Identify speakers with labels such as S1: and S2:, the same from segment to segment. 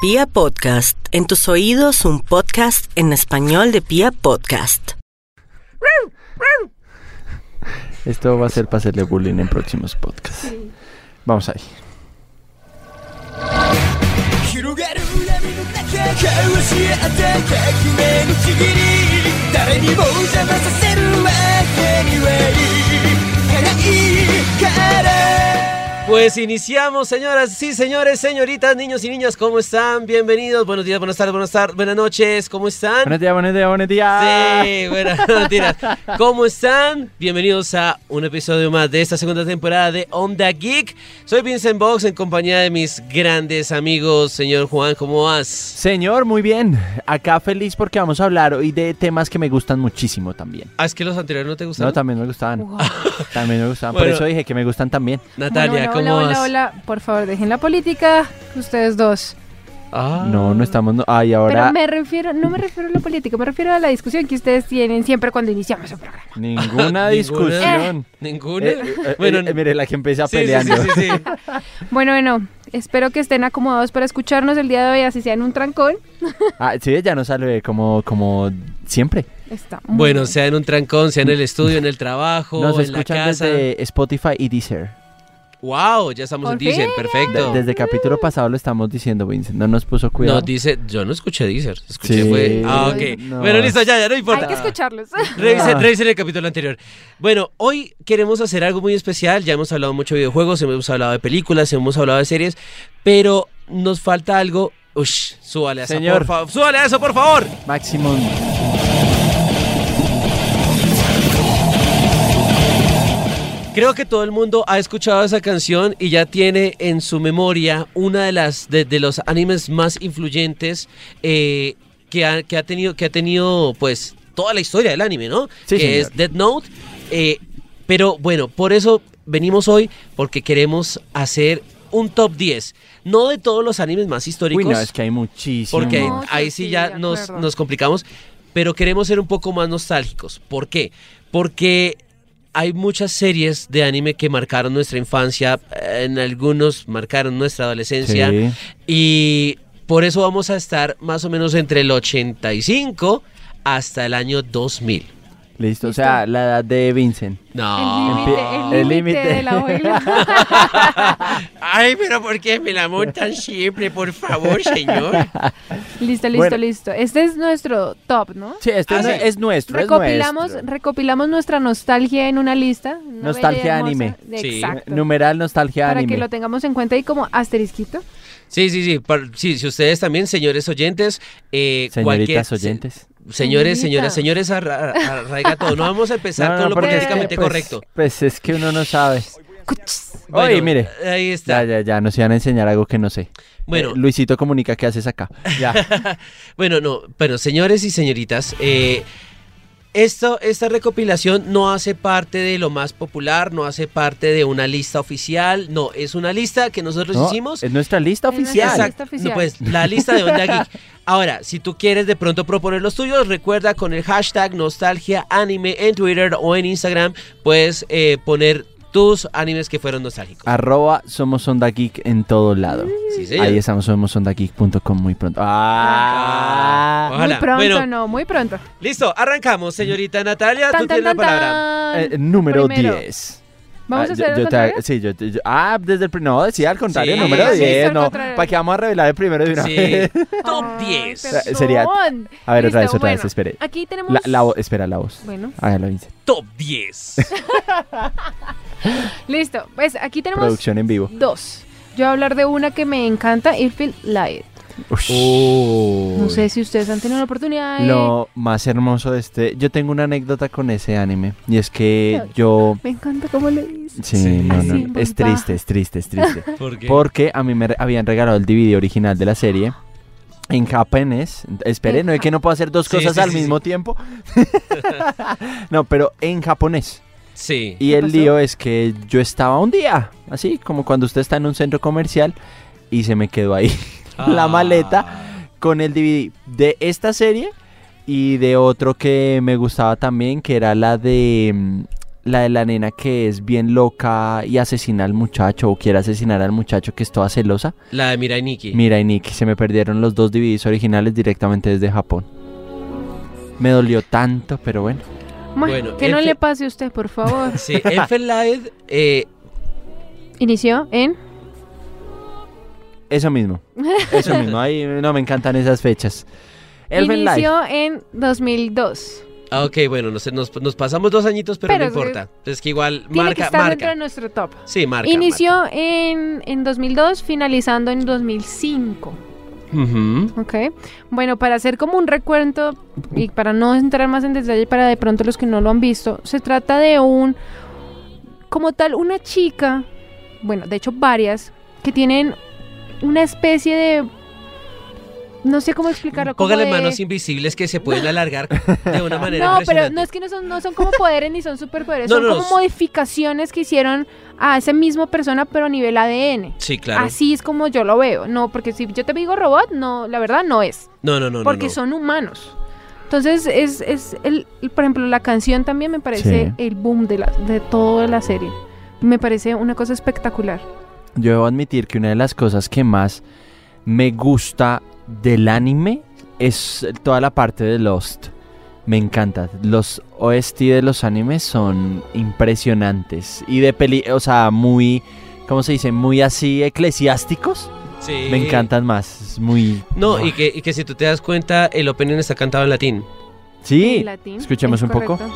S1: Pia Podcast, en tus oídos un podcast en español de Pia Podcast.
S2: Esto va a ser para hacerle bullying en próximos podcasts. Vamos ahí.
S3: 広がる波の中交わし合って革命のちぎり誰にも邪魔させるわけにはいかないから
S4: Pues iniciamos, señoras, sí, señores, señoritas, niños y niñas, ¿cómo están? Bienvenidos, buenos días, buenas tardes, buenas tardes, buenas noches, ¿cómo están?
S2: Buenos días, buenos días, buenos días.
S4: Sí, buenas mentiras. ¿Cómo están? Bienvenidos a un episodio más de esta segunda temporada de Onda Geek. Soy Vincent Box en compañía de mis grandes amigos, señor Juan, ¿cómo vas?
S2: Señor, muy bien. Acá feliz porque vamos a hablar hoy de temas que me gustan muchísimo también.
S4: Ah, es que los anteriores no te gustaron.
S2: No, también me gustaban. También me gustaban. Por
S4: Bueno.
S2: eso dije que me gustan también.
S4: Natalia,
S5: Bueno, hola,
S4: ¿cómo
S5: hola,
S4: vas?
S5: hola, hola. Por favor, dejen la política, ustedes dos.
S4: Ah.
S2: No, no estamos. no- Ay,
S5: Pero
S2: ahora
S5: me refiero, no me refiero a la política, me refiero a la discusión que ustedes tienen siempre cuando iniciamos un programa.
S2: ninguna discusión.
S4: ¿Ninguna?
S2: Eh, eh, eh,
S4: bueno,
S2: eh, mire, la que empieza
S4: sí, sí, sí,
S2: peleando.
S4: sí, sí.
S5: Bueno, bueno, espero que estén acomodados para escucharnos el día de hoy, así sea en un trancón.
S2: Ah, sí, ya no sale como, como siempre.
S5: Está muy
S4: Bueno,
S5: bien.
S4: sea en un trancón, sea en el estudio, en el trabajo,
S2: Mm. Nos
S4: en la
S2: escuchan
S4: casa.
S2: desde Spotify y Deezer.
S4: Wow, ya estamos en
S5: Por fin,
S4: Deezer,
S2: De-
S4: perfecto.
S2: desde el
S5: Mm.
S2: capítulo pasado lo estamos diciendo, Vincent. No nos puso cuidado.
S4: No, dice, yo no escuché Deezer, escuché
S2: Sí.
S4: fue. Ah, ok.
S2: No.
S4: Bueno, listo, ya, ya, no importa.
S5: hay que escucharlos.
S4: Revisen,
S2: Ah.
S4: revisen el capítulo anterior. Bueno, hoy queremos hacer algo muy especial. Ya hemos hablado mucho de videojuegos, hemos hablado de películas, hemos hablado de series, pero nos falta algo. Ush, súbale a eso,
S2: Señor.
S4: por favor. Súbale a eso, por favor.
S2: Maximum.
S4: Creo que todo el mundo ha escuchado esa canción y ya tiene en su memoria una de las de, de los animes más influyentes eh, que, ha, que ha tenido que ha tenido pues toda la historia del anime, ¿no?
S2: Sí,
S4: que
S2: señor.
S4: es Death Note. eh, pero bueno, por eso venimos hoy porque queremos hacer un top 10, no de todos los animes más históricos.
S2: Uy, no, es que hay muchísimo.
S4: Porque
S5: No, sí,
S4: ahí sí
S5: sí,
S4: ya
S5: de
S4: nos,
S5: acuerdo.
S4: nos complicamos, pero queremos ser un poco más nostálgicos. ¿Por qué? Porque hay muchas series de anime que marcaron nuestra infancia, en algunos marcaron nuestra adolescencia,
S2: Sí.
S4: y por eso vamos a estar más o menos entre el 85 hasta el año 2000.
S2: Listo, o sea, la edad de Vincent. El
S4: No.
S2: pi- el
S5: El límite
S2: límite.
S5: de la ola.
S4: Ay, pero ¿por qué me la montan siempre? Por favor, señor.
S5: listo, listo,
S2: Bueno.
S5: listo. Este es nuestro top, ¿no?
S2: Sí, este
S4: Ah,
S2: no-
S4: sí.
S2: es nuestro. es
S5: Recopilamos,
S2: nuestro.
S5: recopilamos nuestra nostalgia en una lista. una bella
S2: Nostalgia
S5: hermosa-
S2: anime.
S4: Sí.
S5: Exacto.
S2: Numeral nostalgia
S5: Para
S2: anime.
S5: que lo tengamos en cuenta y como asterisquito.
S4: Sí, sí, sí, par- sí. Si ustedes también, señores oyentes, eh, cualquier-
S2: Señoritas
S4: se-
S2: oyentes.
S4: Señores,
S5: Señorita.
S4: señoras, señores, arra- arra- arraiga todo. No vamos a empezar
S2: No, no,
S4: con lo
S2: porque es que,
S4: políticamente
S2: pues,
S4: correcto.
S2: Pues es que uno no sabe.
S4: Bueno,
S2: Oye, mire.
S4: Ahí está.
S2: Ya, ya, ya, nos iban a enseñar algo que no sé. Eh,
S4: Bueno.
S2: Luisito comunica, ¿qué haces acá? Ya.
S4: Bueno, no, pero señores y señoritas, eh, esto, esta recopilación no hace parte de lo más popular, no hace parte de una lista oficial, no, es una lista que nosotros
S2: No,
S4: hicimos.
S2: Es nuestra lista
S5: Es nuestra
S2: oficial.
S5: lista
S4: Exacto.
S5: oficial.
S4: No, pues la lista de Onda Geek. Ahora, si tú quieres de pronto proponer los tuyos, recuerda con el hashtag nostalgia anime en Twitter o en Instagram, puedes eh, poner tus animes que fueron nostálgicos.
S2: Arroba somos Onda Geek en todo lado.
S4: Sí, señor.
S2: Ah, Ahí estamos, somos ondageek.com muy pronto.
S4: Ah.
S2: ¡Ah!
S4: Ojalá.
S5: Muy pronto,
S4: Bueno.
S5: no, muy pronto.
S4: Listo, arrancamos, señorita Natalia, tú
S5: Tan, tan,
S4: tienes la
S5: tan,
S4: palabra.
S5: tan.
S2: Eh, número
S5: Primero,
S2: 10.
S5: Vamos
S2: Ah,
S5: a
S2: yo-
S5: hacer el
S2: yo te-
S5: contrario.
S2: sí, yo, te- yo- ah, desde el primero. No, decía al contrario,
S4: Sí,
S2: número
S4: sí,
S2: 10.
S5: al
S2: No,
S5: contrario.
S2: ¿para qué vamos a revelar el primero de una
S4: Sí,
S2: vez?
S4: top
S5: Ay,
S4: 10.
S5: perdón.
S2: Eh, Sería- A ver, otra vez,
S5: Listo,
S2: otra vez,
S5: bueno,
S2: espere.
S5: Aquí tenemos...
S2: La, la vo- espera, la voz. Ah,
S5: Bueno,
S2: Hágalo, Vince.
S4: Top 10.
S5: listo. Pues aquí tenemos
S2: Producción en vivo.
S5: dos. Yo voy a hablar de una que me encanta, Irfield Light.
S2: Ush.
S5: No sé si ustedes han tenido la oportunidad de...
S2: Lo más hermoso de este. Yo tengo una anécdota con ese anime. Y es que yo.
S5: Me encanta cómo le dices.
S2: Sí,
S4: Sí.
S2: no, no,
S5: Así,
S2: no. Es
S5: papá.
S2: triste, es triste, es triste.
S4: ¿Por qué?
S2: Porque a mí me re- habían regalado el DVD original de la serie. En japonés. Espere, no es que no puedo hacer dos
S4: Sí,
S2: cosas
S4: sí,
S2: al
S4: sí,
S2: mismo tiempo. no, pero en japonés.
S4: Sí.
S2: Y
S5: ¿Qué
S2: el
S5: pasó?
S2: lío es que yo estaba un día, así como cuando usted está en un centro comercial y se me quedó ahí la
S4: Ah.
S2: maleta con el DVD de esta serie y de otro que me gustaba también, que era la de mm, la de la nena que es bien loca y asesina al muchacho o quiere asesinar al muchacho que es toda celosa.
S4: La de Mirai Nikki.
S2: Mira, y Nick, se me perdieron los dos DVDs originales directamente desde Japón. Me dolió tanto, pero bueno.
S4: Bueno,
S5: que no
S4: F-
S5: le pase a usted, por favor.
S4: Sí, F. Lied, eh,
S5: Inició en.
S2: Eso mismo. Eso mismo. Ahí no me encantan esas fechas. Elfen Lied.
S5: Inició en 2002.
S4: ah, ok, bueno, nos, nos, nos pasamos dos añitos, pero,
S5: Pero
S4: no importa. Es que igual
S5: Tiene que
S4: marca,
S5: estar dentro de
S4: marca.
S5: nuestro top.
S4: Sí, marca.
S5: Inició En, en 2002, finalizando en 2005.
S4: marca. Ujú.
S5: Ok. Bueno, para hacer como un recuento y para no entrar más en detalle para de pronto los que no lo han visto, se trata de un, como tal, una chica, bueno, de hecho varias, que tienen una especie de, no sé cómo explicarlo. como
S4: Póngale
S5: de-
S4: manos invisibles que se pueden alargar de una manera
S5: No, pero
S4: impresionante.
S5: no es que no son, no son como poderes ni son superpoderes,
S4: No,
S5: son
S4: no, no,
S5: como
S4: s-
S5: modificaciones que hicieron a esa misma persona pero a nivel ADN.
S4: Sí, claro.
S5: Así es como yo lo veo, no, porque si yo te digo robot, no, la verdad no es
S4: No, no, no, no.
S5: porque
S4: no.
S5: son humanos. Entonces, es, es el, el- por ejemplo, la canción también me parece
S2: Sí.
S5: el boom de, la, de toda la serie. Me parece una cosa espectacular.
S2: Yo debo admitir que una de las cosas que más me gusta del anime es toda la parte de Lost. Me encanta. Los OST de los animes son impresionantes. Y de peli, o sea, muy, ¿cómo se dice? Muy así eclesiásticos.
S4: Sí.
S2: Me encantan más. Es muy...
S4: Eh. No, y que, y que si tú te das cuenta, el opening está cantado en latín.
S2: Sí.
S5: En latín,
S2: Escuchemos
S5: es
S2: un poco.
S5: correcto.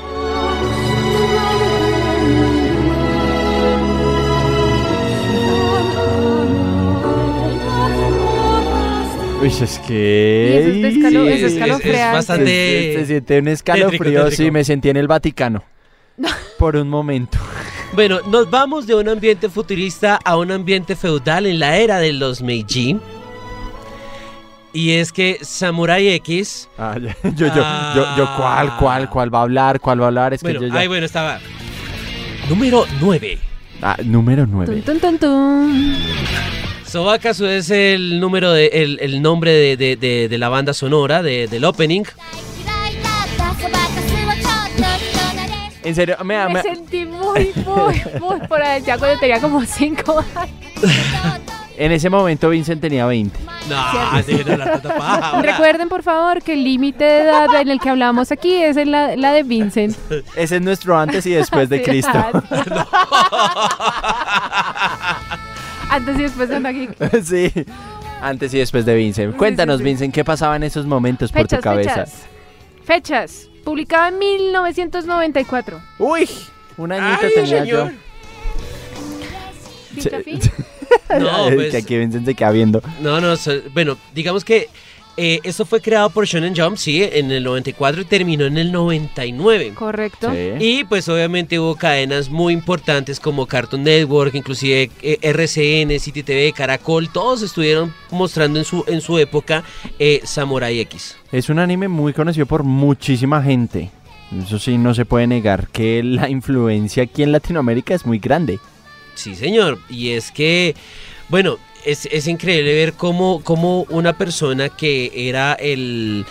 S2: Uy, es que...
S5: Y eso es de escalo-
S4: Sí,
S5: es escalofriante.
S4: bastante-
S2: Se, se siente un escalofrío,
S4: Tétrico, tétrico.
S2: sí, me sentí en el Vaticano. Por un momento.
S4: Bueno, nos vamos de un ambiente futurista a un ambiente feudal en la era de los Meiji. Y es que Samurai X.
S2: Ah, ya, yo, yo, yo, yo, ¿cuál, cuál, cuál va a hablar? ¿Cuál va a hablar? Es que
S4: Ah. Bueno,
S2: yo ya...
S4: ahí bueno, estaba. Número 9.
S2: Ah, número
S5: Tun,
S2: 9.
S5: tun, tun, tun.
S4: Sobakasu es el número de, el, el nombre de, de- de- de la banda sonora, de- del opening.
S6: 嫌いだったそばかすをちょっと人慣れ
S2: En serio, me,
S4: Ah,
S2: da-
S5: Me
S2: me-
S5: sentí muy, muy, muy por allá cuando tenía como 5 años.
S2: en ese momento Vincent tenía 20.
S4: No, dejen hablar tanta paja, ahora.
S5: Recuerden, por favor, que el límite de edad en el que hablamos aquí es en la, la de Vincent.
S2: Ese es nuestro antes y después de
S5: Sí,
S2: Cristo.
S5: antes. Antes y después de una geek.
S2: sí. Antes y después de Vincent.
S5: sí,
S2: Cuéntanos,
S5: sí.
S2: Vincent, ¿qué pasaba en esos momentos por tu
S5: Fechas,
S2: cabeza?
S5: fechas. Fechas. Publicada en 1994.
S2: Uy, un añito
S4: Ay,
S2: tenía yo.
S4: señor.
S5: Dicha fin.
S4: No,
S2: Es
S4: pues-
S2: que aquí Vincent se queda viendo.
S4: No, no, so- bueno, digamos que eh, eso fue creado por Shonen Jump, sí, en el 94 y terminó en el 99.
S5: Correcto.
S2: Sí.
S4: Y pues obviamente hubo cadenas muy importantes como Cartoon Network, inclusive eh, RCN, City TV, Caracol, todos estuvieron mostrando en su, en su época eh, Samurai X.
S2: Es un anime muy conocido por muchísima gente. Eso sí, no se puede negar que la influencia aquí en Latinoamérica es muy grande.
S4: Sí, señor. Y es que, bueno, es, es increíble ver cómo, cómo una persona que era el,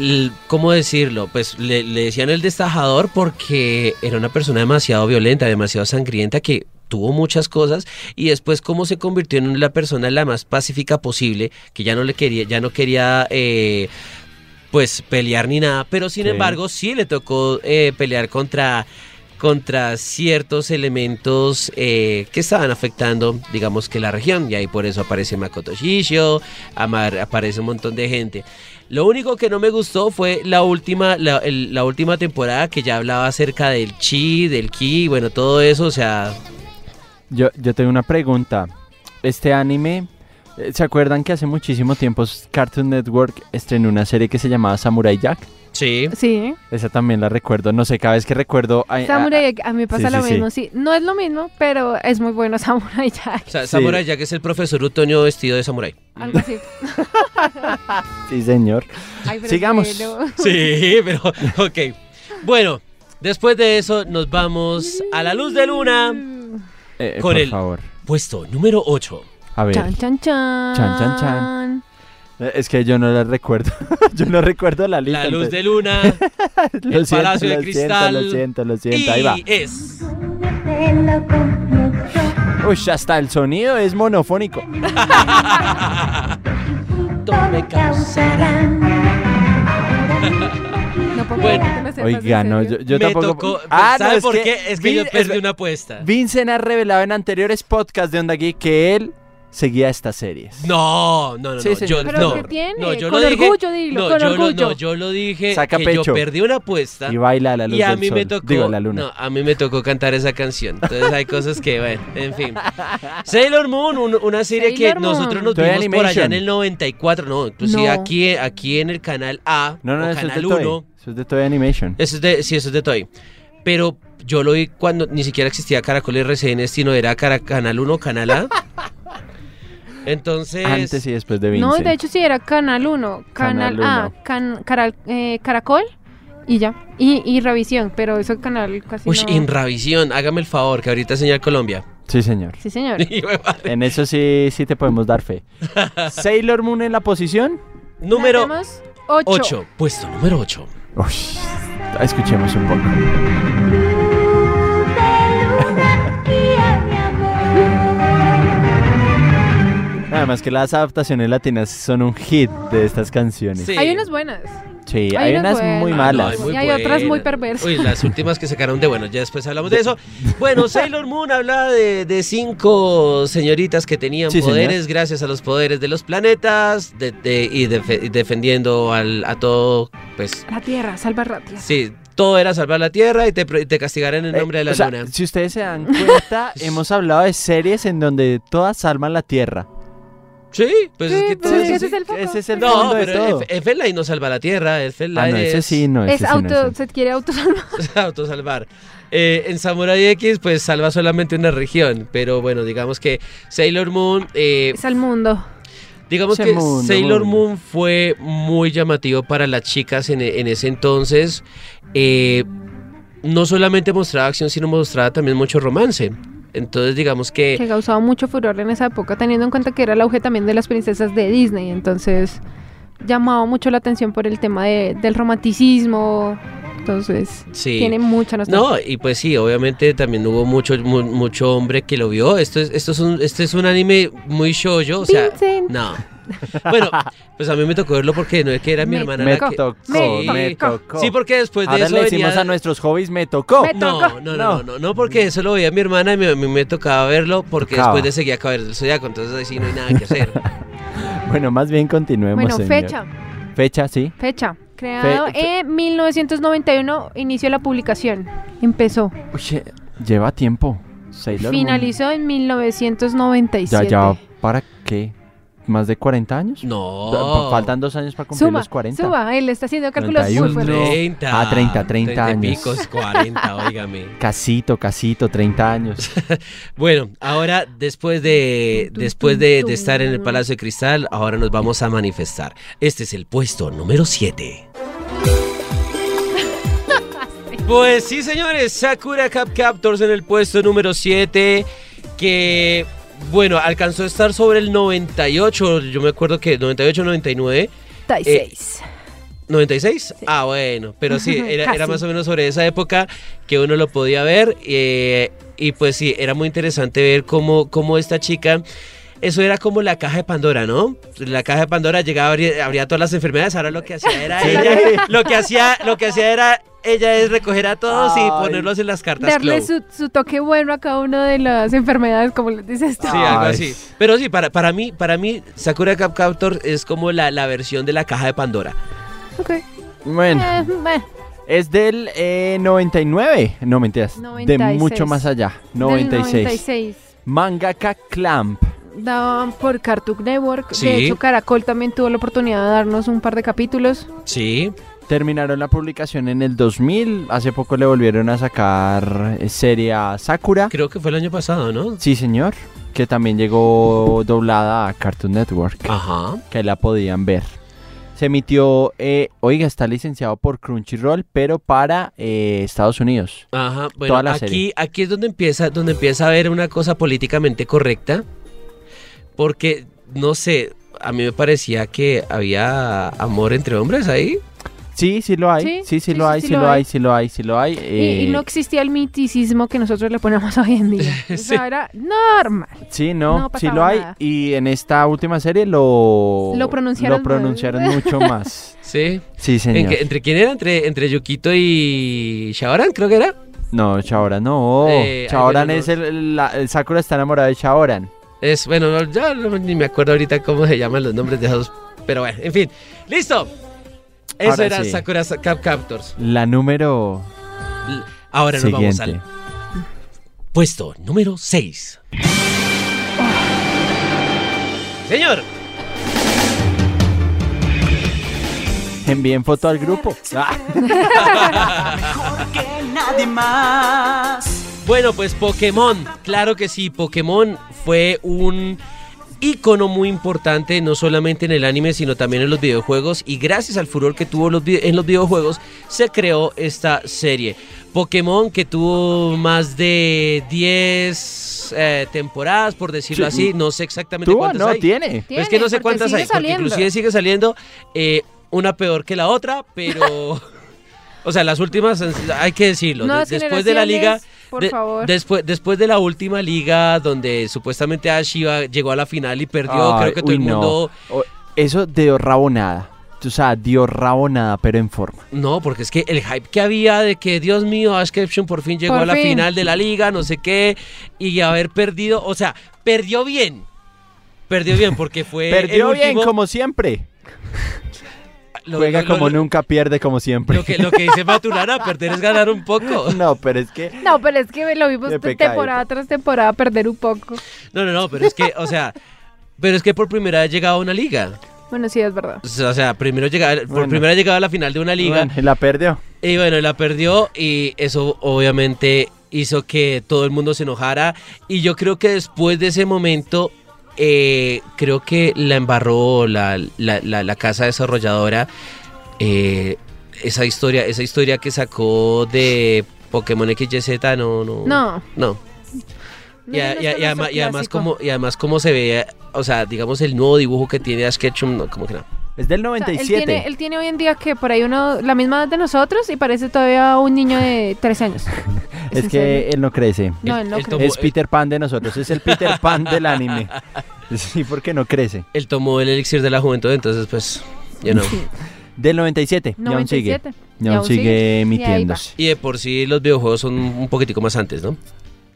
S4: el- ¿Cómo decirlo? Pues le, le decían el destajador porque era una persona demasiado violenta, demasiado sangrienta que tuvo muchas cosas y después cómo se convirtió en la persona la más pacífica posible que ya no le quería ya no quería eh, pues pelear ni nada pero sin
S2: Sí.
S4: embargo sí le tocó eh, pelear contra contra ciertos elementos eh, que estaban afectando, digamos que la región, y ahí por eso aparece Makoto Shishio, amar- aparece un montón de gente. Lo único que no me gustó fue la última, la, el- la última temporada que ya hablaba acerca del chi, del ki, bueno, todo eso, o sea,
S2: Yo, yo tengo una pregunta. Este anime, eh, ¿se acuerdan que hace muchísimo tiempo Cartoon Network estrenó una serie que se llamaba Samurai Jack?
S4: sí.
S5: Sí.
S2: Esa también la recuerdo, no sé, cada vez que recuerdo... ay, ah,
S5: Samurai, Jack, a mí me pasa
S2: sí,
S5: lo
S2: sí, sí.
S5: mismo. Sí. No es lo mismo, pero es muy bueno Samurai Jack.
S4: O sea,
S2: Sí.
S4: Samurai Jack es el profesor Utoño vestido de samurái.
S5: Algo así.
S2: ah, sí, señor.
S5: Ay, pero
S2: Sigamos.
S5: es bueno.
S4: Sí, pero ok. Bueno, después de eso nos vamos a la luz de luna,
S2: Eh,
S4: Con
S2: por
S4: el-
S2: favor.
S4: puesto número 8.
S2: A ver.
S5: Chan, chan, chan.
S2: Chan, chan, chan. Eh, Es que yo no la recuerdo. yo no recuerdo la lista.
S4: La luz de
S2: entonces-
S4: luna
S2: Lo
S4: el Palacio de
S2: lo
S4: Cristal
S2: Siento, lo siento, lo
S4: y
S2: siento. Ahí va.
S4: es.
S2: Uy, hasta el sonido es monofónico.
S5: No puedo
S4: Bueno.
S5: creer que me sepas
S2: Oiga,
S5: en
S2: no,
S5: serio.
S2: yo, yo
S4: me
S2: tampoco.
S4: tocó.
S2: Ah, no,
S4: ¿Sabe
S2: es
S4: por
S2: que
S4: qué? Es que yo
S2: Vin-
S4: perdí
S2: es-
S4: una apuesta.
S2: Vincent ha revelado en anteriores podcasts de Onda Geek que él seguía estas series.
S4: No, no, no,
S2: Sí,
S4: no,
S2: señor.
S4: yo
S5: Pero
S4: no.
S5: ¿qué tiene?
S4: No, yo
S5: Con
S4: lo dije-
S5: orgullo, dilo,
S4: no,
S5: con
S4: yo lo-
S5: orgullo.
S4: no, yo lo dije
S2: Saca
S4: que
S2: pecho.
S4: yo perdí una apuesta.
S2: Y baila a la luz
S4: Y a
S2: del
S4: mí
S2: sol.
S4: me tocó.
S2: Digo, la luna.
S4: No, a mí me tocó cantar esa canción. Entonces hay cosas que, bueno, en fin. Sailor Moon, un- una serie que
S5: Sailor Moon.
S4: nosotros nos
S2: Toy
S4: vimos por allá
S2: Animation.
S4: en el 94. No, inclusive
S5: No.
S4: Aquí, aquí en el canal A,
S2: No,
S4: o
S2: no, no, eso es de
S4: canal
S2: Toy.
S4: 1.
S2: Eso es de Toy Animation.
S4: Eso es de, sí, eso es de Toy. Pero yo lo vi cuando ni siquiera existía Caracol RCN, sino era cara- Canal 1, Canal A. Entonces.
S2: Antes y después de Vincent.
S5: No, de hecho sí, era Canal 1, Canal,
S2: Canal
S5: A, can- caral- eh, Caracol y ya. Y, y Revisión, pero eso canal casi
S4: Uy,
S5: no-
S4: Inravisión, hágame el favor, que ahorita es señal Colombia.
S2: Sí, señor.
S5: Sí, señor.
S4: Y me va-
S2: En eso sí, sí te podemos dar fe. Sailor Moon en la posición.
S4: número
S5: Tenemos ocho.
S4: 8. Puesto número 8.
S2: Uy, escuchemos un poco. Además que las adaptaciones latinas son un hit de estas canciones. Sí,
S5: Hay unas buenas.
S2: hay,
S5: hay unas
S2: unas muy
S5: buenas.
S2: malas.
S5: hay muy- Y otras muy perversas.
S4: Uy, las últimas que sacaron de bueno, ya después hablamos de eso. Bueno, Sailor Moon habla de, de cinco señoritas que tenían
S2: Sí, señor.
S4: poderes gracias a los poderes de los planetas de- de- y, defe- y defendiendo al, a todo, pues
S5: La Tierra, salva Ratia.
S4: sí, todo era salvar la Tierra y te, pro- y te castigarán en
S2: Eh,
S4: el nombre de la
S2: o sea,
S4: luna.
S2: Si ustedes se dan cuenta, hemos hablado de series en donde todas salvan la tierra.
S4: Sí, pues
S5: Sí,
S4: es que
S5: pero
S4: todo
S5: es que
S4: es-
S5: ese es el foco.
S2: Ese es el
S4: No,
S2: fondo de
S4: pero
S2: todo.
S4: F- Fela y no salva la Tierra, el Fela
S2: Ah, no,
S4: es
S2: ese sí, no,
S5: es
S2: ese sí, no,
S5: auto,
S2: ese no.
S5: se quiere autosalvar.
S4: autosalvar. Eh, en Samurai X, pues salva solamente una región, pero bueno, digamos que Sailor Moon, eh,
S5: Es al mundo.
S4: digamos
S2: Ese
S4: que
S2: mundo,
S4: Sailor
S2: mundo.
S4: Moon fue muy llamativo para las chicas en, e- en ese entonces. Eh, no solamente mostraba acción, sino mostraba también mucho romance. Entonces, digamos
S2: Eh.
S4: que
S5: Que causaba mucho furor en esa época, teniendo en cuenta que era el auge también de las princesas de Disney. Entonces, llamaba mucho la atención por el tema de- del romanticismo. Entonces,
S4: sí.
S5: tiene mucha nostalgia.
S4: No, y pues sí, obviamente también hubo mucho mu- mucho hombre que lo vio. Esto es esto es un este es un anime muy shoujo, o sea,
S5: Vincent.
S4: no. Bueno, pues a mí me tocó verlo porque no es que era mi
S5: Me
S4: hermana
S2: Me
S4: la que
S2: tocó,
S4: sí.
S2: me tocó.
S4: Sí, porque después de
S2: Ahora
S4: eso
S2: le decimos
S4: venía-
S2: a nuestros hobbies, me tocó.
S5: Me
S4: no,
S5: tocó.
S4: no, no, no, no, no, porque eso lo veía mi hermana y me- a mí me, tocaba verlo porque
S2: Tocaba.
S4: después de seguía Caber del Zodiaco, entonces ahí sí no hay nada que hacer.
S2: Bueno, más bien continuemos.
S5: Bueno,
S2: señor.
S5: fecha.
S2: Fecha, sí.
S5: Fecha. Creado
S2: Fe- fe-
S5: en 1991, inició la publicación. Empezó.
S2: Oye, lleva tiempo. Sailor Moon.
S5: Finalizó en
S2: Ya,
S5: 1997.
S2: ya, ¿para qué? ¿Más de 40 años?
S4: No.
S2: Pa- Faltan dos años para cumplir
S5: Suba,
S2: los 40.
S5: suba, él está haciendo cálculos muy
S2: 91.
S5: fuertes.
S2: No.
S4: 30.
S2: Ah, 30, 30
S4: y
S2: años.
S4: picos, 40, óigame.
S2: Casito, casito, 30 años.
S4: Bueno, ahora después de después de, de estar en el Palacio de Cristal, ahora nos vamos a manifestar. Este es el puesto número 7. Pues sí, señores, Sakura Cap Captors en el puesto número 7 que bueno, alcanzó a estar sobre el 98, yo me acuerdo que 98, 99,
S5: 36.
S4: 96. Ah, bueno, pero sí, era, era
S5: Casi.
S4: más o menos sobre esa época que uno lo podía ver. eh, y pues sí, era muy interesante ver cómo, cómo esta chica. Eso era como la caja de Pandora, ¿no? La caja de Pandora llegaba, abría, abría todas las enfermedades. Ahora lo que hacía era
S2: Sí.
S4: ella. Lo que hacía, lo que hacía era ella es recoger a todos
S2: Ay.
S4: y ponerlos en las cartas.
S5: Darle
S4: Clow.
S5: su, su toque bueno a cada una de las enfermedades, como les dices tú.
S4: Sí, algo
S2: Ay.
S4: así. Pero sí, para, para mí, para mí, Sakura Captor es como la, la versión de la caja de Pandora.
S5: Ok.
S2: Bueno,
S5: Eh, bueno.
S2: es del eh, 99. No, mentiras. De
S5: 96.
S2: mucho más allá.
S5: Del
S2: 96.
S5: 96.
S2: Mangaka Clamp.
S5: Daban por Cartoon Network.
S4: Sí.
S5: De hecho, Caracol también tuvo la oportunidad de darnos un par de capítulos.
S4: Sí.
S2: Terminaron la publicación en el 2000. Hace poco le volvieron a sacar eh, serie a Sakura.
S4: Creo que fue el año pasado, ¿no?
S2: Sí, señor. Que también llegó doblada a Cartoon Network.
S4: Ajá.
S2: que la podían ver. Se emitió, eh, oiga, está licenciado por Crunchyroll, pero para eh, Estados Unidos.
S4: Ajá, bueno,
S2: Toda la
S4: aquí,
S2: serie.
S4: aquí es donde empieza, donde empieza a haber una cosa políticamente correcta, porque, no sé, a mí me parecía que había amor entre hombres ahí.
S2: Sí, sí lo hay.
S5: Sí,
S2: Sí, sí, lo hay, sí, lo hay, sí lo hay, sí lo hay.
S5: Y, y
S2: eh,
S5: no existía el miticismo que nosotros le ponemos hoy en día. O sea, era normal.
S2: Sí, no,
S5: no
S2: sí
S5: pasaba
S2: lo hay.
S5: nada.
S2: Y en esta última serie lo,
S5: Lo pronunciaron
S2: lo pronunciaron
S5: mal.
S2: mucho más.
S4: Sí.
S2: Sí,
S4: ¿En
S2: señor.
S4: qué- ¿Entre quién era? ¿Entre, entre Yukito y Shaoran, creo que era?
S2: No, Chaoran no.
S4: Eh, ay,
S2: Chaoran
S4: bueno,
S2: es el, la- el Sakura está enamorado de Chaoran.
S4: Es, bueno, no, ya no- ni me acuerdo ahorita cómo se llaman los nombres de esos. Pero bueno, en fin. ¡Listo! Eso
S2: Ahora
S4: era
S2: sí.
S4: Sakura Sa- Cap Captors.
S2: La número
S4: L- Ahora nos vamos
S2: siguiente.
S4: al puesto número 6. Señor,
S2: Envíen foto al grupo. Ah,
S4: Bueno, pues Pokémon, claro que sí, Pokémon fue un ícono muy importante no solamente en el anime sino también en los videojuegos y gracias al furor que tuvo los vi- en los videojuegos se creó esta serie. Pokémon que tuvo más de 10 eh, temporadas por decirlo
S2: Sí.
S4: así, no sé exactamente
S2: ¿Tú
S4: cuántas
S2: no
S4: hay.
S2: tiene?
S4: Pues es que no sé
S5: Tiene, porque
S4: cuántas
S5: sigue
S4: hay, porque
S5: saliendo.
S4: inclusive sigue saliendo eh, una peor que la otra, pero... o sea, las últimas, hay que decirlo,
S5: Nuevas
S4: de- después de la liga...
S5: generaciones, Por
S4: de-
S5: favor.
S4: Después, después de la última liga donde supuestamente Ash iba- llegó a la final y perdió,
S2: Ay,
S4: creo que todo
S2: uy,
S4: el
S2: no.
S4: mundo...
S2: O- Eso dio rabonada. O sea, dio rabonada, pero en forma.
S4: No, porque es que el hype que había de que, Dios mío, Ash Ketchum por fin llegó
S5: Por
S4: a la
S5: fin.
S4: final de la liga, no sé qué, y haber perdido, o sea, perdió bien. Perdió bien porque fue...
S2: Perdió
S4: Eh, el
S2: bien,
S4: último-
S2: como siempre.
S4: lo-
S2: Juega
S4: lo-
S2: como
S4: lo-
S2: nunca, pierde como siempre.
S4: Lo que, lo que dice Maturana, perder es ganar un poco.
S2: No, pero es que
S5: No, pero es que lo vimos
S2: De
S5: te-
S2: pecado.
S5: temporada tras temporada perder un poco.
S4: No, no, no, pero es que, o sea, pero es que por primera vez llegaba a una liga.
S5: Bueno, sí, es verdad.
S4: O sea, o sea, primero llegaba, por
S2: Bueno.
S4: primera vez llegaba a la final de una liga.
S2: Bueno, la perdió.
S4: Y bueno, la perdió y eso obviamente hizo que todo el mundo se enojara. Y yo creo que después de ese momento, eh, creo que la embarró la, la- la- la casa desarrolladora. eh, esa historia, esa historia que sacó de Pokémon XYZ, no, no.
S5: No.
S4: No.
S5: No,
S4: Y, a-
S5: no,
S4: y a-
S5: esto
S4: y
S5: no es
S4: además,
S5: un
S4: y además
S5: clásico.
S4: como, y además como se ve, o sea, digamos el nuevo dibujo que tiene Ash Ketchum, no, como que no.
S2: Es del
S5: O sea,
S2: 97.
S5: él, tiene, él tiene hoy en día que por ahí uno, la misma edad de nosotros y parece todavía un niño de 13 años. ¿Es
S2: Es
S5: en
S2: que
S5: serio?
S2: él no crece.
S5: No,
S4: Él-
S5: él no
S4: él
S5: crece.
S4: tomó-
S2: Es Peter Pan de nosotros, es el Peter Pan del anime. Sí, porque no crece.
S4: Él tomó el elixir de la juventud, entonces pues, ya no.
S2: Del 97, y aún sigue.
S5: 97.
S2: Y aún sigue emitiéndose.
S4: Y de por sí los videojuegos son un poquitico más antes, ¿no?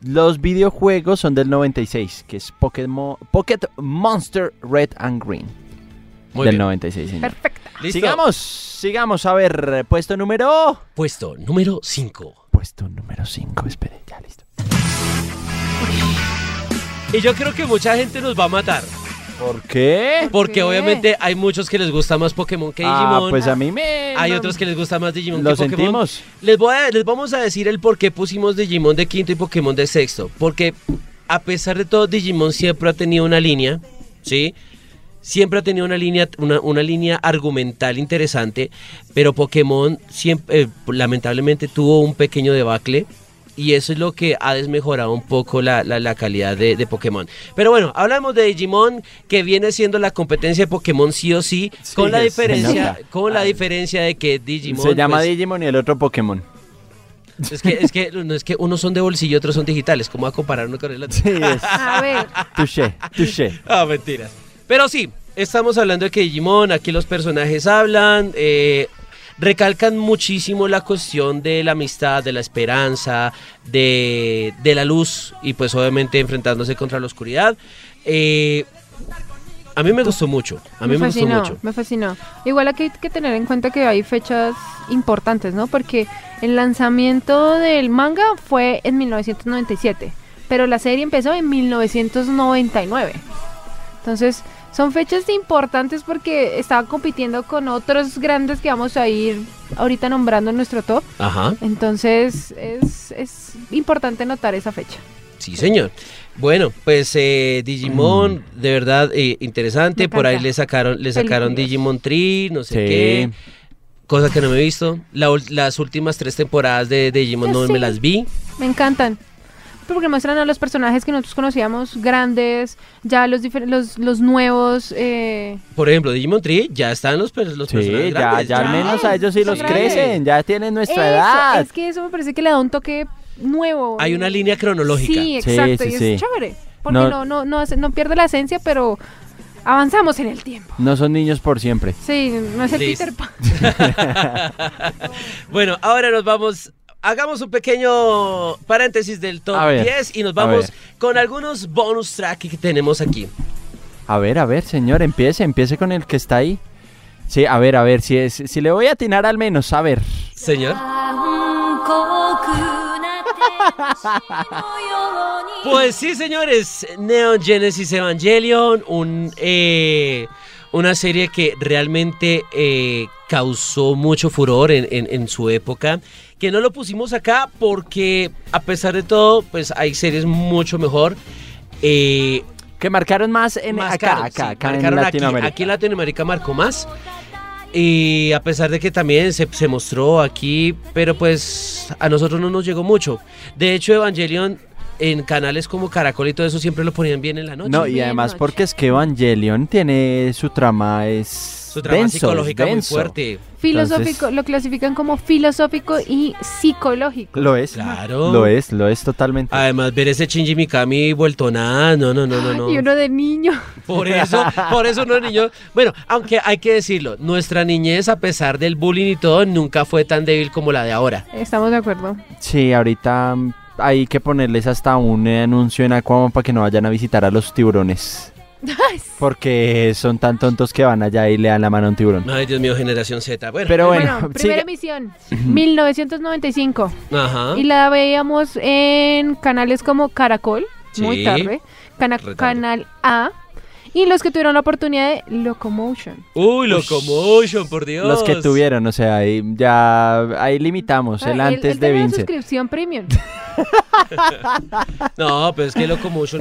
S2: Los videojuegos son del 96, que es Pokémon, Pocket Monster Red and Green.
S4: Muy
S2: del
S4: bien.
S2: 96, señor.
S5: Perfecta.
S4: ¿Listo?
S2: Sigamos, sigamos. A ver, puesto número...
S4: Puesto número 5.
S2: Puesto número 5, espere, ya listo.
S4: Y yo creo que mucha gente nos va a matar.
S2: ¿Por qué?
S4: Porque
S5: qué?
S4: obviamente hay muchos que les gusta más Pokémon que
S2: Ah,
S4: Digimon.
S2: pues a mí me...
S4: hay otros que les gusta más Digimon
S2: Lo
S4: que Pokémon.
S2: sentimos.
S4: Les, voy a- les vamos a decir el por qué pusimos Digimon de quinto y Pokémon de sexto. Porque a pesar de todo, Digimon siempre ha tenido una línea, ¿sí? Siempre ha tenido una línea, una, una línea argumental interesante, pero Pokémon siempre, eh, lamentablemente tuvo un pequeño debacle. Y eso es lo que ha desmejorado un poco la, la- la calidad de, de Pokémon. Pero bueno, hablamos de Digimon, que viene siendo la competencia de Pokémon sí o sí,
S2: Sí,
S4: con la
S2: se
S4: diferencia,
S2: nota.
S4: con la diferencia de que Digimon
S2: Se llama
S4: pues,
S2: Digimon y el otro Pokémon.
S4: es que, es que, no, es que unos son de bolsillo y otros son digitales. ¿Cómo va a comparar uno con el otro?
S2: Sí, es.
S5: A ver,
S2: Touché, touché.
S4: Ah, mentiras. Pero sí, estamos hablando de que Digimon, aquí los personajes hablan, eh, recalcan muchísimo la cuestión de la amistad, de la esperanza, de, de la luz y pues obviamente enfrentándose contra la oscuridad. Eh, a mí me gustó mucho, a mí me, gustó
S5: fascinó,
S4: mucho.
S5: me fascinó. Igual aquí hay que tener en cuenta que hay fechas importantes, ¿no? Porque el lanzamiento del manga fue en 1997, pero la serie empezó en 1999. Entonces, son fechas importantes porque estaba compitiendo con otros grandes que vamos a ir ahorita nombrando en nuestro top.
S4: Ajá.
S5: Entonces, es, es importante notar esa fecha.
S4: Sí, señor. Bueno, pues eh, Digimon,
S2: Mm.
S4: de verdad, eh, interesante.
S5: Me
S4: Por ahí
S5: encanta.
S4: le sacaron, le sacaron
S5: Películas.
S4: Digimon Tree, no sé
S2: Sí.
S4: qué. Cosa que no me he visto. La ul- las últimas tres temporadas de, de Digimon
S5: Yo
S4: no
S5: Pues sí.
S4: me las vi.
S5: Me encantan. Pues porque muestran a los personajes que nosotros conocíamos grandes, ya los, difer- los, los nuevos. eh,
S4: Por ejemplo, Digimon Tree ya están los, per- los
S2: Sí,
S4: personajes
S2: ya,
S4: grandes,
S2: ya al
S5: ya.
S2: menos a ellos sí los
S5: Sí.
S2: crecen, ya tienen nuestra
S5: eso,
S2: edad.
S5: Es que eso me parece que le da un toque nuevo.
S4: Hay una línea cronológica.
S5: Sí,
S2: Sí,
S5: exacto,
S2: sí,
S5: y es
S2: sí.
S5: chévere. Porque
S2: No-
S5: no, no, no, hace- no pierde la esencia, pero avanzamos en el tiempo.
S2: No son niños por siempre.
S5: Sí, no es el
S4: Listo.
S5: Peter Pan.
S4: bueno, ahora nos vamos. Hagamos un pequeño paréntesis del top
S2: A ver,
S4: 10 y nos
S2: a
S4: vamos
S2: ver.
S4: con algunos bonus track que tenemos aquí.
S2: A ver, a ver, señor, empiece, empiece con el que está ahí. Sí, a ver, a ver, si, es- si le voy a atinar al menos, a ver.
S4: Señor.
S6: ように
S4: Pues sí, señores, Neon Genesis Evangelion, un, eh, una serie que realmente eh, causó mucho furor en, en- en su época, que no lo pusimos acá porque a pesar de todo, pues hay series mucho mejor. eh,
S2: Que marcaron más en
S4: más
S2: acá,
S4: caro,
S2: acá,
S4: sí,
S2: acá en
S4: marcaron aquí-
S2: Latinoamérica.
S4: Aquí, en Latinoamérica marcó más. Y a pesar de que también se, se mostró aquí, pero pues a nosotros no nos llegó mucho. De hecho, Evangelion en canales como Caracol y todo eso siempre lo ponían bien en la noche.
S2: No,
S5: Noche,
S2: y
S5: bien,
S2: además
S5: noche.
S2: porque es que Evangelion tiene su trama es
S4: Su trama
S2: denso,
S4: psicológica
S2: es denso.
S4: muy fuerte.
S5: Filosófico, lo clasifican como filosófico y psicológico.
S2: Lo es.
S4: Claro.
S2: Lo es, lo es totalmente.
S4: Además, ver ese Shinji Mikami vuelto nada, no, no, no, no, no.
S5: Y uno de niño.
S4: Por eso, por eso no niños. Bueno, aunque hay que decirlo, nuestra niñez, a pesar del bullying y todo, nunca fue tan débil como la de ahora.
S5: Estamos de acuerdo.
S2: Sí, ahorita mm, hay que ponerles hasta un eh, anuncio en Aquaman para que no vayan a visitar a los tiburones. Porque son tan tontos que van allá y le dan la mano a un tiburón.
S4: Ay, Dios mío, generación Z. Bueno,
S2: Pero bueno,
S5: Bueno, primera
S2: sigue.
S5: emisión, 1995.
S4: ajá.
S5: Y la veíamos en canales como Caracol,
S4: Sí.
S5: muy tarde, Cana-
S4: Re tarde.
S5: Canal A, y los que tuvieron la oportunidad de Locomotion.
S4: Uy, Locomotion, por Dios.
S2: los que tuvieron, o sea, ahí ya ahí limitamos el
S5: Ah, él-
S2: antes
S5: él
S2: de
S5: tenía
S2: Vincent.
S5: suscripción premium.
S4: No, pero es que Locomotion.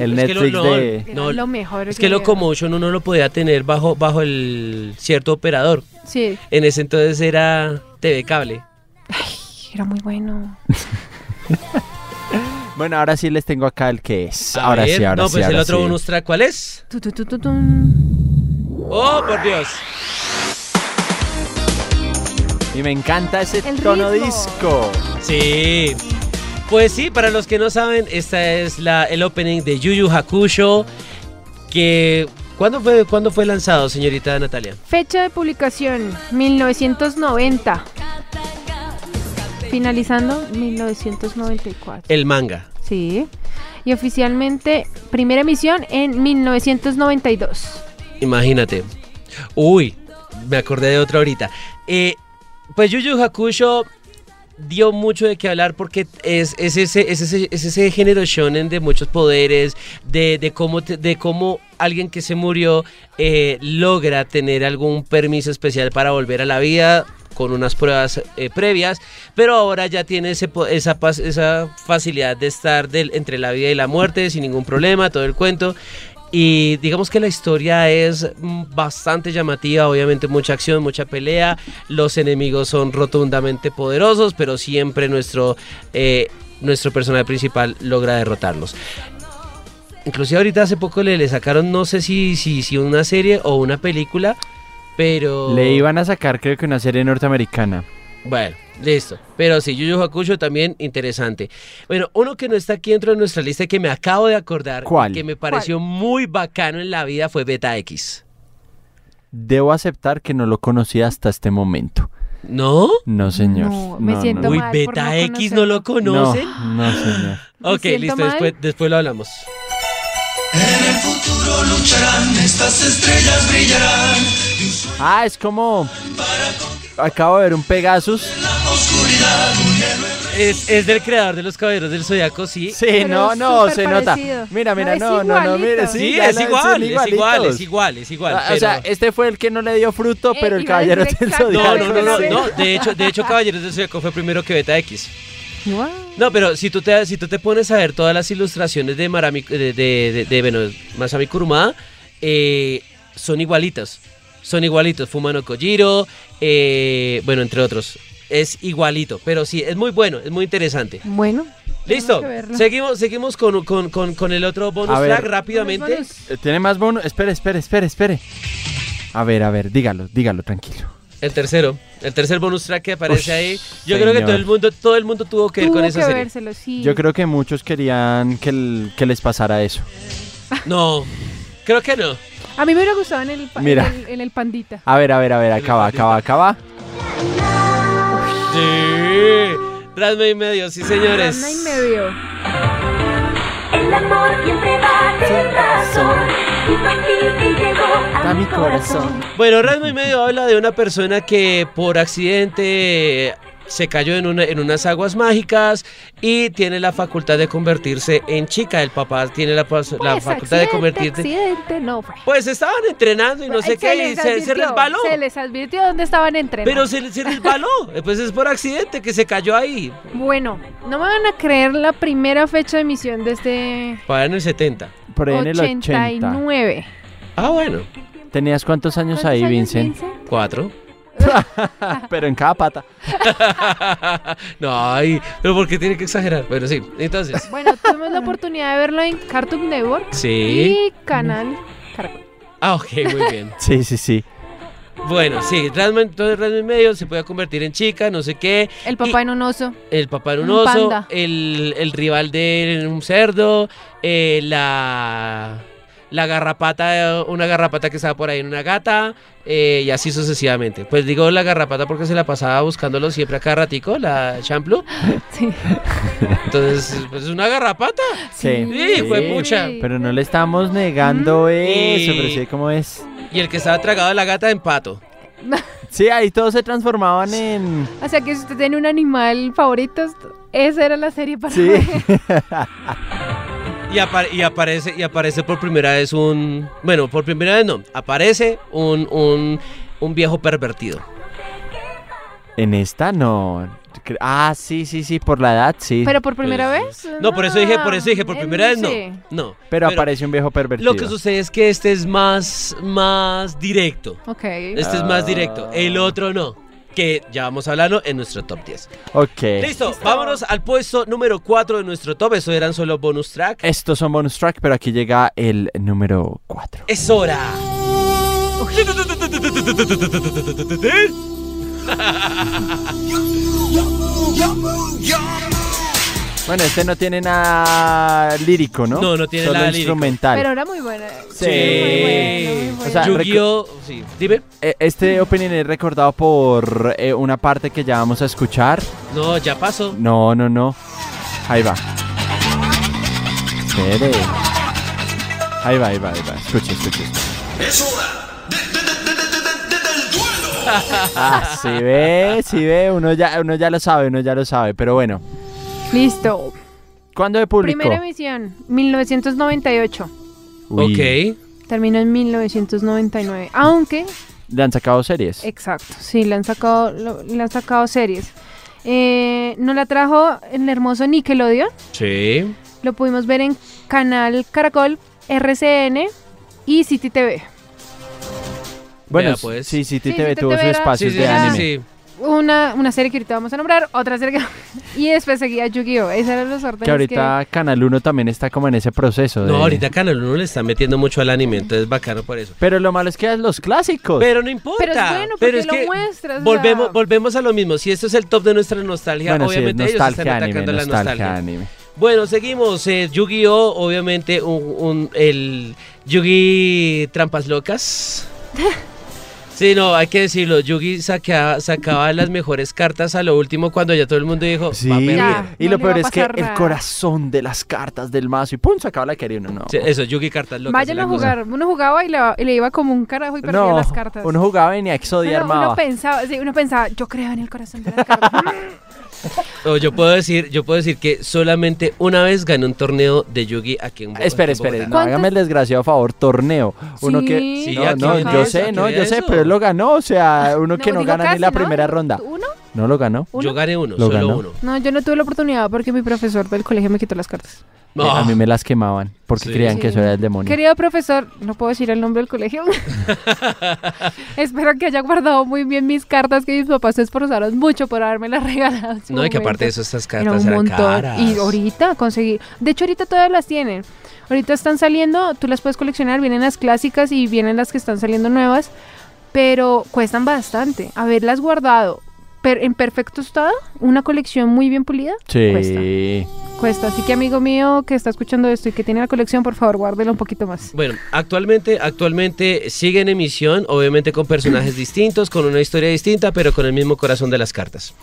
S2: El
S4: es que lo-
S2: Netflix
S4: no,
S2: de-
S5: Era
S4: no,
S5: lo mejor.
S4: es que
S5: había.
S4: Locomotion uno no lo podía tener bajo, bajo el cierto operador.
S5: Sí,
S4: En ese entonces era TV Cable.
S5: era muy bueno.
S2: Bueno, ahora sí les tengo acá el que es.
S4: A
S2: ahora
S4: ver,
S2: sí, ahora
S4: No,
S2: sí.
S4: pues el
S2: ahora
S4: otro
S2: sí.
S4: bonus track, ¿cuál es?
S5: Tu, tu, tu, tu, tun.
S4: Oh, por Dios.
S2: Y me encanta ese
S5: El
S2: tono
S5: ritmo.
S2: disco.
S4: Sí. Pues sí, para los que no saben, esta es la, el opening de Yu Yu Hakusho. Que. ¿Cuándo fue, ¿Cuándo fue lanzado, señorita Natalia?
S5: Fecha de publicación, 1990. Finalizando, 1994.
S4: El manga.
S5: Sí. Y oficialmente, primera emisión en 1992.
S4: Imagínate. Uy, me acordé de otra ahorita. Eh, pues Yu Yu Hakusho dio mucho de qué hablar porque es, es ese, es, ese, es ese género shonen de muchos poderes, de, de cómo, te- de cómo alguien que se murió eh, logra tener algún permiso especial para volver a la vida con unas pruebas eh, previas, pero ahora ya tiene ese, po- esa, pas- esa facilidad de estar del- entre la vida y la muerte sin ningún problema, todo el cuento. Y digamos que la historia es mm, bastante llamativa, obviamente mucha acción, mucha pelea, los enemigos son rotundamente poderosos, pero siempre nuestro, eh, nuestro personaje principal logra derrotarlos. Inclusive ahorita hace poco le, le sacaron, no sé si, si, si una serie o una película, pero...
S2: Le iban a sacar creo que una serie norteamericana.
S4: Bueno, listo. Pero sí, Yuyu Hakusho también interesante. Bueno, uno que no está aquí dentro de nuestra lista y que me acabo de acordar, y
S2: ¿Cuál?
S4: que me pareció muy bacano en la vida fue Beta X.
S2: Debo aceptar que no lo conocía hasta este momento.
S4: ¿No?
S2: No, señor.
S5: No, me siento
S4: Uy,
S5: mal por
S4: Beta
S5: no
S4: X no lo
S2: No,
S4: conocen.
S2: no, señor.
S5: Me
S4: Ok,
S5: siento
S4: listo,
S5: mal.
S4: después, después lo hablamos.
S2: Ah, es como... Acabo de ver un Pegasus.
S4: Es, es del creador de los Caballeros del Zodiaco, sí.
S2: Sí,
S5: Pero
S2: no,
S5: es
S2: no, se
S5: súper
S2: nota.
S5: parecido.
S2: Mira, mira, no,
S5: No, es
S2: no, no, mire,
S5: igualito.
S2: sí.
S4: Sí,
S2: ya
S4: es,
S2: lo-
S4: igual,
S2: son
S4: es igual, es
S2: igualitos.
S4: igual, es igual,
S2: Ah, O sea,
S4: pero-
S2: este fue el que no le dio fruto,
S5: Eh,
S2: pero el
S5: iba a decir
S2: caballero del
S5: exacto,
S2: zodiaco.
S4: No, no, no, no,
S5: Pero-
S4: no, De hecho, de hecho, Caballeros del Zodiaco fue primero que Beta X.
S5: Wow.
S4: No, pero si tú te, si tú te pones a ver todas las ilustraciones de, Marami, de, de, de- de, bueno, Masami Kurumada, eh, son igualitas. Son igualitos. Fumano Kojiro, eh, bueno, entre otros. Es igualito, pero sí, es muy bueno, es muy interesante.
S5: Bueno,
S4: Listo.
S5: que verlo.
S4: Seguimos, seguimos con, con- con- con el otro bonus
S2: A ver.
S4: track rápidamente.
S2: Eh, Tiene más bonus. Espere, espere, espere, espere. A ver, a ver, dígalo, dígalo, tranquilo.
S4: El tercero. El tercer bonus track que aparece
S2: Ush,
S4: ahí. Yo creo que
S2: señor.
S4: todo el mundo, todo el mundo tuvo que ver
S5: Tuvo
S4: con
S5: que
S4: esa serie.
S5: vérselo, sí.
S2: Yo creo que muchos querían que, el- que les pasara eso.
S4: No, creo que no.
S5: A mí me hubiera gustado en el, pa-
S2: Mira.
S5: en el, en el pandita.
S2: A ver, a ver, a ver, acaba, acaba, acaba.
S4: Sí. Drama y medio, sí, señores.
S5: Una y medio.
S7: El amor siempre va de razón y por fin llegó a mi corazón.
S4: Bueno, Rasmo y Medio habla de una persona que por accidente se cayó en, una- en unas aguas mágicas y tiene la facultad de convertirse en chica. El papá tiene la, pas- la
S5: Pues,
S4: facultad de
S5: accidente,
S4: convertirse.
S5: accidente, no fue.
S4: Pues estaban entrenando y no sé
S5: Se
S4: qué, y
S5: les
S4: se, se
S5: advirtió,
S4: resbaló.
S5: Se les advirtió dónde estaban entrenando.
S4: Pero se, se resbaló. Pues es por accidente que se cayó ahí.
S5: Bueno, no me van a creer la primera fecha de emisión de este
S4: Para en el 70.
S2: Por ahí en el 80.
S5: 89.
S4: Ah, bueno.
S2: ¿Tenías cuántos años
S5: ¿Cuántos
S2: ahí,
S5: años,
S2: Vincent?
S4: Cuatro.
S2: Pero en cada pata.
S4: no, ay, pero ¿por qué tiene que exagerar? Bueno, sí. Entonces.
S5: Bueno, tuvimos la oportunidad de verlo en Cartoon Network
S4: Sí.
S5: y Canal Caracol.
S4: Ah, ok, muy bien.
S2: Sí, sí, sí.
S4: Bueno, sí, Rasma, entonces Rasma y medio se puede convertir en chica, no sé qué.
S5: El papá en un oso.
S4: El papá era un
S5: Un
S4: oso,
S5: panda.
S4: el, el rival de él era un cerdo, eh, la, la garrapata, eh, una garrapata que estaba por ahí en una gata, eh, y así sucesivamente. Pues digo la garrapata porque se la pasaba buscándolo siempre a cada ratico, la champlu.
S5: Sí.
S4: Entonces, pues es una garrapata.
S2: Sí.
S4: Sí, fue pucha.
S2: Pero no le estamos negando eso, pero sí, ¿cómo es?
S4: Y el que estaba tragado de la gata en pato.
S2: Sí, ahí todos se transformaban en...
S5: O sea que si usted tiene un animal favorito, esa era la serie para
S2: Sí.
S5: ver.
S4: Y, apa- y aparece y aparece por primera vez un. Bueno, por primera vez no. Aparece un, un, un viejo pervertido.
S2: En esta no. Cre- Ah, sí, sí, sí, por la edad, sí. Pero,
S5: Pero por primera vez. Ah,
S4: No, por eso dije, por eso dije, por
S5: él
S4: primera vez no.
S5: sí.
S4: No.
S2: aparece un viejo pervertido.
S4: Lo que sucede es que este es más, más directo.
S5: Ok.
S4: Este es más directo. El
S2: Ah.
S4: otro no. Que ya vamos a hablarlo en nuestro top 10.
S2: Ok.
S4: Listo, vámonos al puesto número 4 de nuestro top. Eso eran solo bonus track.
S2: Estos son bonus track, pero aquí llega el número 4.
S4: Es hora.
S2: Bueno, este no tiene nada lírico, ¿no?
S4: No, no tiene
S2: Solo
S4: nada lírico.
S2: instrumental.
S5: Pero era muy buena.
S2: Sí.
S5: Muy buena, muy buena.
S2: O sea,
S4: Yu-Gi-Oh! Sí, dime.
S2: Eh, Este opening es recordado por eh, una parte que ya vamos a escuchar.
S4: No, ya pasó.
S2: No, no, no. Ahí va. Espere. Ahí va, ahí va, ahí va. Escuche, escuche. escuche. Ah, sí ve, sí ve. Uno ya, uno ya lo sabe, uno ya lo sabe. Pero bueno,
S5: Listo.
S2: ¿cuándo de público?
S5: Primera emisión, 1998.
S4: Ok.
S5: Terminó en 1999. Aunque,
S2: Le han sacado series.
S5: exacto, sí, le han sacado, lo- le han sacado series. Eh, nos la trajo el hermoso Nickelodeon.
S4: Sí.
S5: Lo pudimos ver en Canal Caracol, RCN y City TV.
S2: Bueno,
S4: Vea, pues.
S2: sí, sí,
S5: Sí,
S2: TV
S5: sí,
S2: tuvo
S5: TTV
S2: su
S5: era-
S2: espacio
S4: Sí, sí,
S2: de
S5: era-
S2: anime.
S4: sí, sí.
S5: Una, una serie que ahorita vamos a nombrar, otra serie que... y después seguía Yu-Gi-Oh! Esos eran los órdenes
S2: Que ahorita Canal 1 también está como en ese proceso.
S4: No,
S2: de-
S4: ahorita Canal 1 le está metiendo mucho al anime, entonces bacano por eso.
S2: Pero lo malo es que es los clásicos.
S4: Pero no importa.
S5: Pero es bueno porque lo muestra, o sea.
S4: volvemos, volvemos a lo mismo. Si esto es el top de nuestra nostalgia,
S2: bueno, sí,
S4: obviamente ellos están
S2: nostalgia
S4: atacando
S2: anime,
S4: la
S2: nostalgia,
S4: nostalgia.
S2: anime.
S4: Bueno, seguimos. eh, Yu-Gi-Oh! Obviamente, un, un- el Yu-Gi Trampas Locas. Sí, no, hay que decirlo. Yugi saca- sacaba las mejores cartas a lo último cuando ya todo el mundo dijo,
S2: Sí,
S4: va a perder.
S5: Ya,
S2: y
S5: no
S2: lo
S5: le
S2: peor
S5: va a
S2: es que
S5: pasar
S2: el
S5: nada.
S2: corazón de las cartas del mazo y pum, se acaba la quería uno. No,
S4: Sí, eh, Eso, Yugi Cartas Locas.
S5: Vayan
S4: es la
S5: a
S4: cosa.
S5: jugar. Uno jugaba y le, y le iba como un carajo y perdía
S2: no
S5: las cartas.
S2: uno jugaba y ni a Exodia
S5: Uno- uno
S2: armaba.
S5: pensaba, sí, uno pensaba, yo creo en el corazón de las cartas.
S4: No, yo puedo decir, yo puedo decir que solamente una vez gané un torneo de Yugi aquí en Bo-
S2: Espera,
S4: en Bogotá.
S2: espera, no
S5: ¿Cuántas-
S2: hágame el desgraciado favor, torneo. Uno
S5: Sí.
S2: que.
S5: Sí,
S2: no,
S4: aquí
S2: no,
S4: ven
S2: yo
S4: eso,
S2: sé,
S4: aquí
S2: no,
S4: ven
S2: yo sé,
S4: eso.
S2: pero él lo ganó. O sea, uno que no
S5: dijo
S2: gana ni
S5: casi,
S2: la
S5: ¿no?
S2: primera ronda.
S5: ¿Uno?
S2: No lo ganó.
S5: ¿Uno?
S4: Yo gané uno,
S2: Lo
S4: solo
S2: ganó.
S4: uno.
S5: No, yo no tuve la oportunidad porque mi profesor del colegio me quitó las cartas.
S2: Eh, A mí me las quemaban porque
S4: Sí.
S2: creían que
S5: Sí.
S2: eso era el demonio.
S5: Querido profesor, no puedo decir el nombre del colegio. Espero que haya guardado muy bien mis cartas que mis papás se esforzaron mucho por las regalado. en su
S4: No, y que aparte de
S5: este momento.
S4: eso, estas
S5: Era
S4: cartas
S5: un
S4: eran
S5: montón.
S4: caras.
S5: Y ahorita conseguí. De hecho, ahorita todavía las tienen. Ahorita están saliendo, tú las puedes coleccionar, vienen las clásicas y vienen las que están saliendo nuevas, pero cuestan bastante. Haberlas guardado per- en perfecto estado, una colección muy bien pulida, cuesta.
S2: Sí.
S5: Cuesta. Así que amigo mío que está escuchando esto y que tiene la colección, por favor, guárdela un poquito más.
S4: Bueno, actualmente, actualmente sigue en emisión, obviamente con personajes distintos, con una historia distinta, pero con el mismo corazón de las cartas.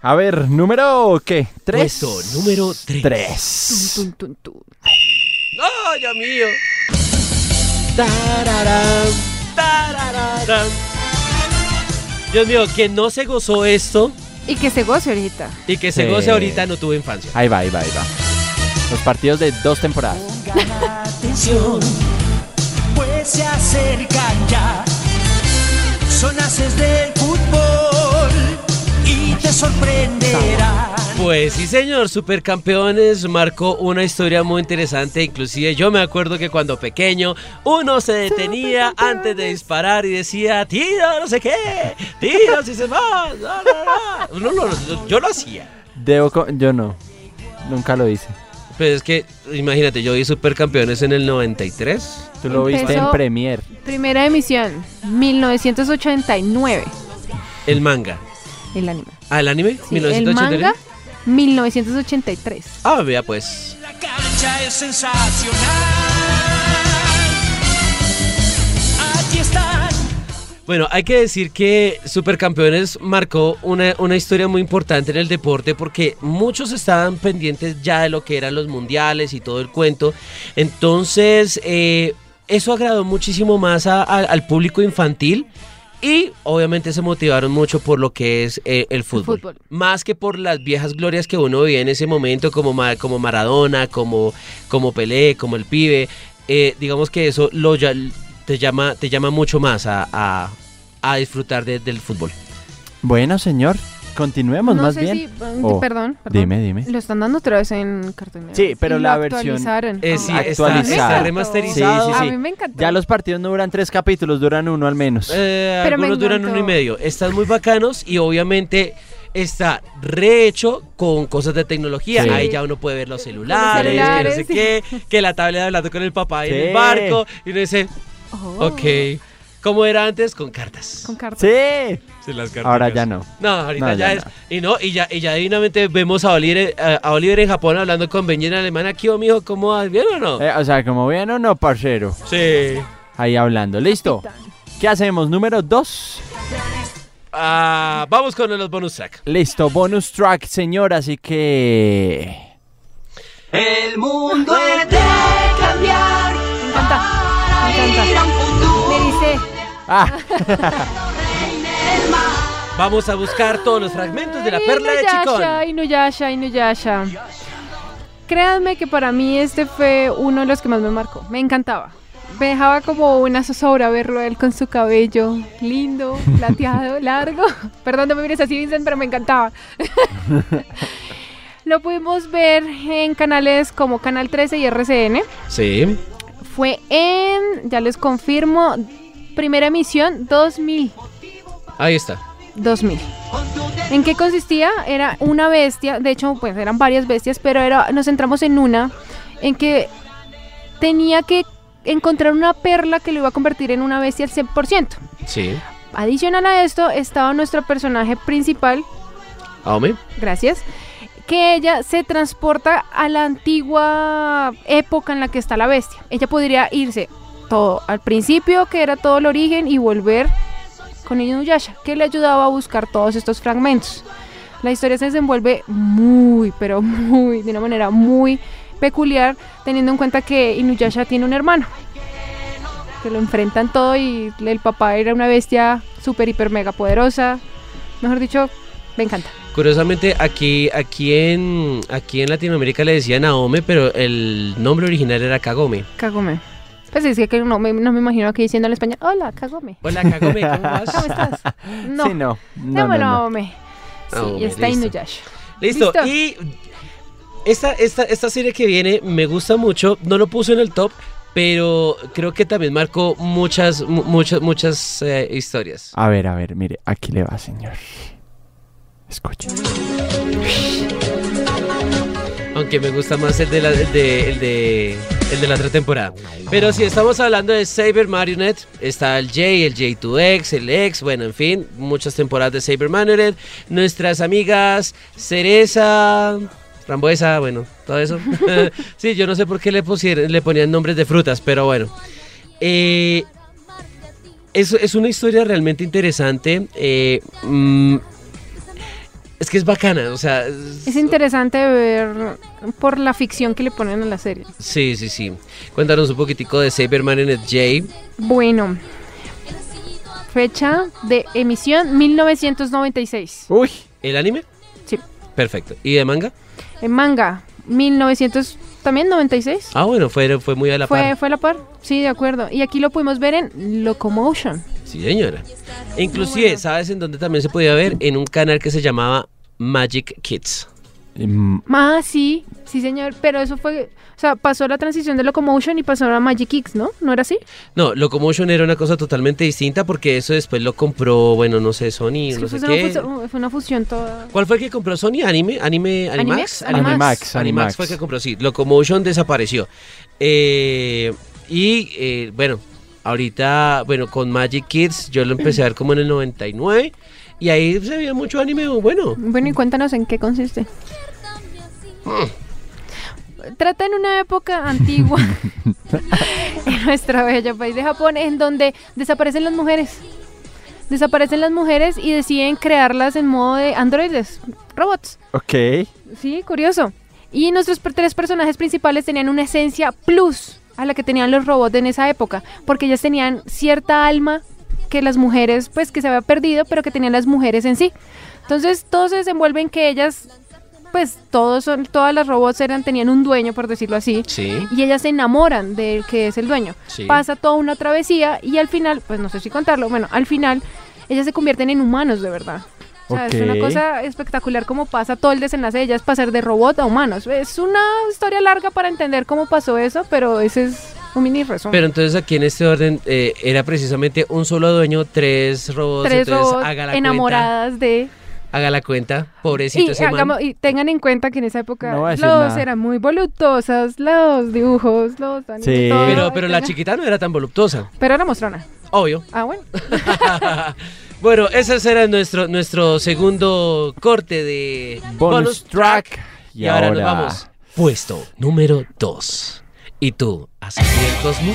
S2: A ver, número qué? Tres.
S4: Puesto número tres.
S2: Tres.
S5: Tun, tun, tun, tun.
S4: ¡Ay, Dios mío! Tararán, tarararán. Dios mío, quien no se gozó esto
S5: Y que se goce ahorita.
S4: y que se
S2: Sí.
S4: goce ahorita no tuvo infancia.
S2: Ahí va, ahí va, ahí va. Los partidos de dos temporadas.
S3: atención, pues se acercan ya. Son haces del fútbol y te sorprenderá.
S4: Pues sí, señor, Supercampeones marcó una historia muy interesante. Inclusive yo me acuerdo que cuando pequeño uno se detenía antes de disparar y decía, tiro, no sé qué, tiro, si se va. No, no, no. No, no, no, yo lo hacía.
S2: Debo co- yo no. Nunca lo hice.
S4: Pero es que, imagínate, yo vi Supercampeones en el 93.
S2: Tú lo viste
S5: Empezó-
S2: en Premier.
S5: Primera emisión, 1989,
S4: El manga.
S5: el anime.
S4: Ah, el anime,
S5: Sí, el
S4: 1983.
S5: manga, 1983.
S4: Ah, vea pues.
S3: La cancha es sensacional. Aquí están.
S4: Bueno, hay que decir que Supercampeones marcó una, una historia muy importante en el deporte porque muchos estaban pendientes ya de lo que eran los mundiales y todo el cuento. Entonces, eh, eso agradó muchísimo más a- a- al público infantil y obviamente se motivaron mucho por lo que es eh, el, fútbol.
S5: fútbol.
S4: Más que por las viejas glorias que uno vivía en ese momento como, Ma- como Maradona, como, como Pelé, como el pibe. eh, digamos que eso lo, ya- te, llama, te llama mucho más a, a- a disfrutar de- del fútbol.
S2: Bueno, señor, continuemos
S5: no
S2: más
S5: sé
S2: bien.
S5: si- eh, mm,
S2: Oh,
S5: perdón, perdón.
S2: Dime, dime.
S5: Lo están dando otra vez en Cartoon Network.
S2: Sí, pero
S5: Y
S2: la
S5: lo
S2: versión-
S5: actualizaron.
S4: Eh, sí,
S5: Ah,
S4: está-
S2: actualizada.
S4: está,
S2: Exacto.
S4: remasterizado.
S2: Sí, sí, sí.
S5: A mí me encantó.
S2: Ya los partidos no duran tres capítulos, duran uno al menos.
S4: Eh,
S5: Pero me
S4: algunos duran uno y
S5: encantó.
S4: medio. Están muy bacanos y obviamente está rehecho con cosas de tecnología.
S2: Sí.
S4: Ahí ya uno puede ver los celulares,
S5: celulares,
S4: que no sé
S5: sí.
S4: qué, que la tabla de hablando con el papá en el
S2: Sí.
S4: barco. Y uno dice,
S5: Oh,
S4: ok, ¿cómo era antes? Con cartas.
S5: Con cartas.
S2: Sí. Eh,
S4: Sí, las cartas.
S2: Ahora ya no.
S4: No, ahorita
S2: No,
S4: ya,
S2: ya
S4: es.
S2: no.
S4: Y no, y ya, y ya divinamente vemos a Oliver, eh, a Oliver en Japón hablando con Benji en Alemania. Aquí, oh, mijo, ¿cómo vas? ¿Bien o no?
S2: Eh, o sea, como bien o no, parcero.
S4: Sí.
S2: Ahí hablando. Listo. ¿Qué hacemos? Número dos.
S4: Ah, vamos con los bonus track.
S2: Listo, bonus track, señor, así que...
S3: El mundo es de cambiar.
S5: Me encanta. Me encanta. Me dice,
S2: Ah,
S4: Vamos a buscar todos los fragmentos de la perla de Chicón.
S5: Inuyasha, Inuyasha, Inuyasha. Créanme que para mí este fue uno de los que más me marcó. Me encantaba. Me dejaba como una zozobra verlo a él con su cabello lindo, plateado, largo. Perdón, no me mires así, Vincent, pero me encantaba. Lo pudimos ver en canales como Canal 13 y RCN.
S4: Sí.
S5: Fue en, ya les confirmo, primera emisión 2000.
S4: Ahí está.
S5: 2000. ¿En qué consistía? Era una bestia, de hecho, pues eran varias bestias, pero era, nos centramos en una en que tenía que encontrar una perla que lo iba a convertir en una bestia al 100%.
S4: Sí.
S5: Adicional a esto estaba nuestro personaje principal,
S4: Aome.
S5: gracias, que ella se transporta a la antigua época en la que está la bestia. Ella podría irse todo al principio, que era todo el origen, y volver con Inuyasha, que le ayudaba a buscar todos estos fragmentos. La historia se desenvuelve muy, pero muy, de una manera muy peculiar, teniendo en cuenta que Inuyasha tiene un hermano. Que lo enfrentan todo y el papá era una bestia súper, hiper, mega poderosa. Mejor dicho, me encanta.
S4: Curiosamente, aquí, aquí, en, aquí en Latinoamérica le decían Aome, pero el nombre original era Kagome.
S5: Kagome. Pues es que no me, no me imagino aquí diciendo en español, hola, Kagome,
S4: Hola, Kagome, ¿cómo
S5: ¿cómo
S4: vas?
S5: estás? No,
S2: sí, no. No, no,
S5: Llámalo
S2: no.
S5: Aome. Sí,
S4: Aome,
S5: está
S4: listo.
S5: Inuyasha.
S4: Listo.
S5: Listo.
S4: Y Esta, esta, esta serie que viene me gusta mucho. No lo puse en el top, pero creo que también marcó muchas, mu- muchas, muchas eh, historias.
S2: A ver, a ver, mire, aquí le va, señor. Escuche.
S4: Aunque me gusta más el de la, el de, el de, el de la otra temporada. Pero si estamos hablando de Saber Marionette, está el J, el J2X, el X, bueno, en fin, muchas temporadas de Saber Marionette. Nuestras amigas Cereza, Rambuesa, bueno, todo eso. sí, yo no sé por qué le, pusieron, le ponían nombres de frutas, pero bueno. Eh, es, es una historia realmente interesante. eh, mm, es que es bacana, o sea...
S5: Es interesante ver por la ficción que le ponen a la serie.
S4: Sí, sí, sí. Cuéntanos un poquitico de Saberman en el J.
S5: Bueno, fecha de emisión 1996.
S2: Uy.
S4: ¿El anime?
S5: Sí.
S4: Perfecto. ¿Y de manga?
S5: En manga, 1900 también 96.
S4: Ah, bueno, fue, fue muy a la
S5: fue,
S4: par.
S5: fue a la par, sí, de acuerdo. Y aquí lo pudimos ver en Locomotion.
S4: Sí, señora. Inclusive, ¿sabes en dónde también se podía ver? En un canal que se llamaba Magic Kids.
S2: Mm,
S5: Ah, sí, sí, señor. Pero eso fue, o sea, pasó la transición de Locomotion y pasó a Magic Kicks, ¿no? ¿No era así?
S4: No, Locomotion era una cosa totalmente distinta porque eso después lo compró, bueno, no sé, Sony,
S5: Es que
S4: no sé
S5: fue, una
S4: qué.
S5: fusión, fue una fusión toda.
S4: ¿Cuál fue el que compró Sony? ¿Anime? ¿Anime? ¿Animax?
S5: Animax, Animax.
S2: Animax,
S4: Animax
S2: Animax.
S4: fue el que compró, sí. Locomotion desapareció. Eh, y eh, bueno, ahorita, bueno, con Magic Kids yo lo empecé a ver como en el 99 y ahí se veía mucho anime bueno.
S5: Bueno, y cuéntanos en qué consiste.
S4: Mm.
S5: Trata en una época antigua en nuestra bella país de Japón, en donde desaparecen las mujeres. Desaparecen las mujeres y deciden crearlas en modo de androides, robots.
S2: Ok.
S5: Sí, curioso. Y nuestros per- tres personajes principales tenían una esencia plus a la que tenían los robots en esa época, porque ellas tenían cierta alma que las mujeres, pues que se había perdido, pero que tenían las mujeres en sí. Entonces todo se desenvuelve en que ellas, pues todos son, todas las robots eran, tenían un dueño, por decirlo así,
S4: Sí.
S5: y ellas se enamoran del que es el dueño.
S4: Sí.
S5: Pasa toda una travesía y al final, pues no sé si contarlo, bueno, al final ellas se convierten en humanos de verdad. O sea, es una
S2: Ok.
S5: cosa espectacular cómo pasa todo el desenlace de ellas pasar de robot a humanos. Es una historia larga para entender cómo pasó eso, pero ese es un mini resumen.
S4: Pero entonces aquí en este orden eh, era precisamente un solo dueño, tres robots,
S5: Tres
S4: entonces
S5: robots
S4: haga la
S5: enamoradas de...
S4: cuenta. Haga la cuenta, pobrecito
S5: Y,
S4: ese man.
S5: hagamos- y tengan en cuenta que en esa época
S2: No voy a
S5: los
S2: decir nada.
S5: eran muy voluptuosas, los dibujos, los... animes,
S2: Sí.
S5: todo,
S4: Pero, pero la
S5: tengan-
S4: chiquita no era tan voluptuosa,
S5: Pero era mostrona.
S4: obvio.
S5: Ah, bueno.
S4: bueno, ese era nuestro, nuestro segundo corte de
S2: Bonus, track.
S4: Y, ahora, nos vamos. Puesto número 2. ¿Y tú, haces bien, Cosmo?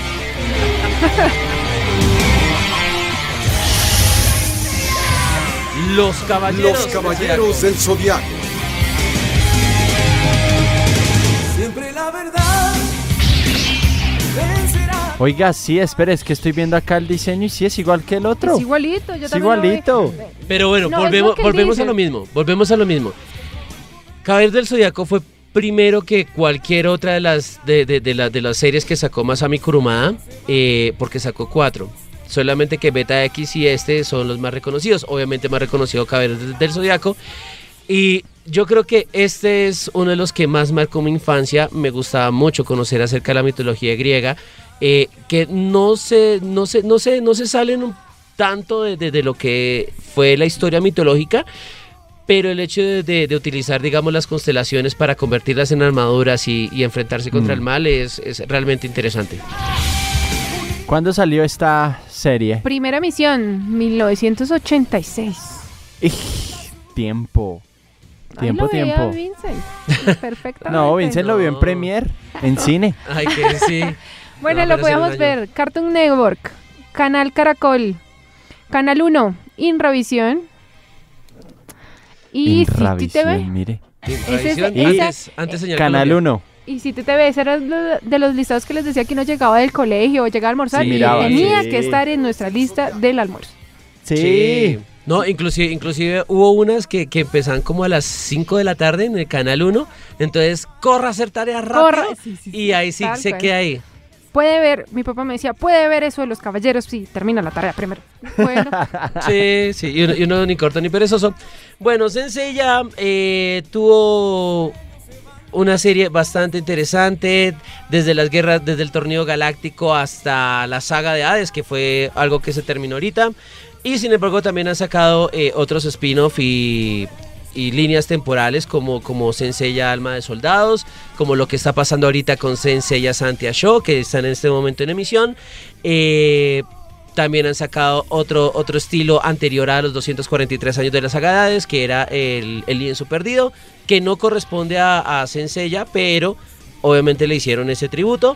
S4: Los caballeros.
S8: Los Caballeros del Zodiaco.
S3: Siempre la verdad vencerá.
S2: Oiga, sí, espera, es que estoy viendo acá el diseño y sí es igual que el otro.
S5: Es igualito. Yo
S2: Es
S5: también lo vi.
S2: igualito.
S4: Pero bueno,
S5: No, es
S4: volvemos,
S5: lo que él
S4: volvemos a
S5: dice.
S4: lo mismo. Volvemos a lo mismo. Caballero del Zodiaco fue primero que cualquier otra de las, de, de- de la- de las series que sacó Masami Kurumada, eh, porque sacó cuatro. Solamente que Beta X y este son los más reconocidos. Obviamente más reconocido Caballero del, del Zodiaco. Y yo creo que este es uno de los que más marcó mi infancia. Me gustaba mucho conocer acerca de la mitología griega. eh, que no se, no se, no se, no se salen un tanto de, de- de lo que fue la historia mitológica. Pero el hecho de, de- de utilizar, digamos, las constelaciones para convertirlas en armaduras y, y enfrentarse contra el mal es, es realmente interesante.
S2: ¿Cuándo salió esta serie?
S5: Primera misión, 1986.
S2: Ij, tiempo.
S5: Ahí
S2: Tiempo,
S5: lo veía
S2: tiempo.
S5: Vincent. Perfectamente.
S2: No, Vincent lo vio en
S4: No.
S2: Premier, en cine.
S4: Ay, que sí.
S5: Bueno,
S4: No,
S5: lo
S4: pero sí
S5: podíamos
S4: lo dañó.
S5: ver. Cartoon Network, Canal Caracol, Canal 1, Inravisión. Y City TV.
S2: Inravisión, mire.
S4: Tradición.
S5: ese- esa-
S4: antes, antes señal
S2: Canal
S4: Colombia.
S2: 1.
S5: Y City TV, ese era lo- de los listados que les decía que no llegaba del colegio o llegaba a almorzar.
S2: Sí,
S5: y
S2: miraba,
S5: tenía
S2: sí.
S5: que estar en nuestra lista del almuerzo.
S2: Sí.
S4: Sí. No, inclusive, inclusive hubo unas que, que empezaban como a las 5 de la tarde en el canal 1. Entonces, corra a hacer tareas rápido.
S5: Corra. Sí, sí, sí,
S4: y ahí sí
S5: tal
S4: se
S5: cual.
S4: queda ahí.
S5: Puede ver, mi papá me decía, puede ver eso de los caballeros. Sí, termina la tarea primero. Bueno,
S4: Sí, sí, y uno, y uno ni corto ni perezoso. Bueno, Sensei ya eh, tuvo una serie bastante interesante, desde las guerras, desde el torneo galáctico hasta la saga de Hades, que fue algo que se terminó ahorita. Y sin embargo también han sacado eh, otros spin-off y, y líneas temporales como, como Senseiya Alma de Soldados, como lo que está pasando ahorita con Senseiya Santia Show, que están en este momento en emisión. Eh, también han sacado otro, otro estilo anterior a los 243 años de las Agadades, que era el, el lienzo perdido, que no corresponde a, a Senseiya, pero obviamente le hicieron ese tributo.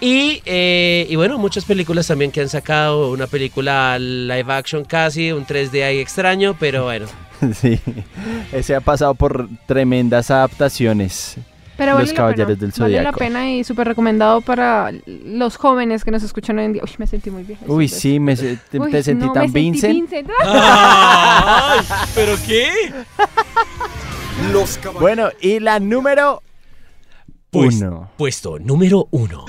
S4: Y, eh, y bueno, muchas películas también que han sacado, una película live action casi, un 3D ahí extraño, pero bueno.
S2: Sí, ese ha pasado por tremendas adaptaciones.
S5: Pero
S2: Los
S5: vale la
S2: Caballeros
S5: pena,
S2: del
S5: Vale la
S2: Zodiaco.
S5: pena y súper recomendado para los jóvenes que nos escuchan hoy en día. Uy, me sentí muy bien.
S2: pues. Uy, sí, me, se- te, te sentí tan Vincent.
S4: Ah. ¿Pero qué?
S2: Bueno, y la número
S4: Pues-
S2: uno.
S4: Puesto número uno.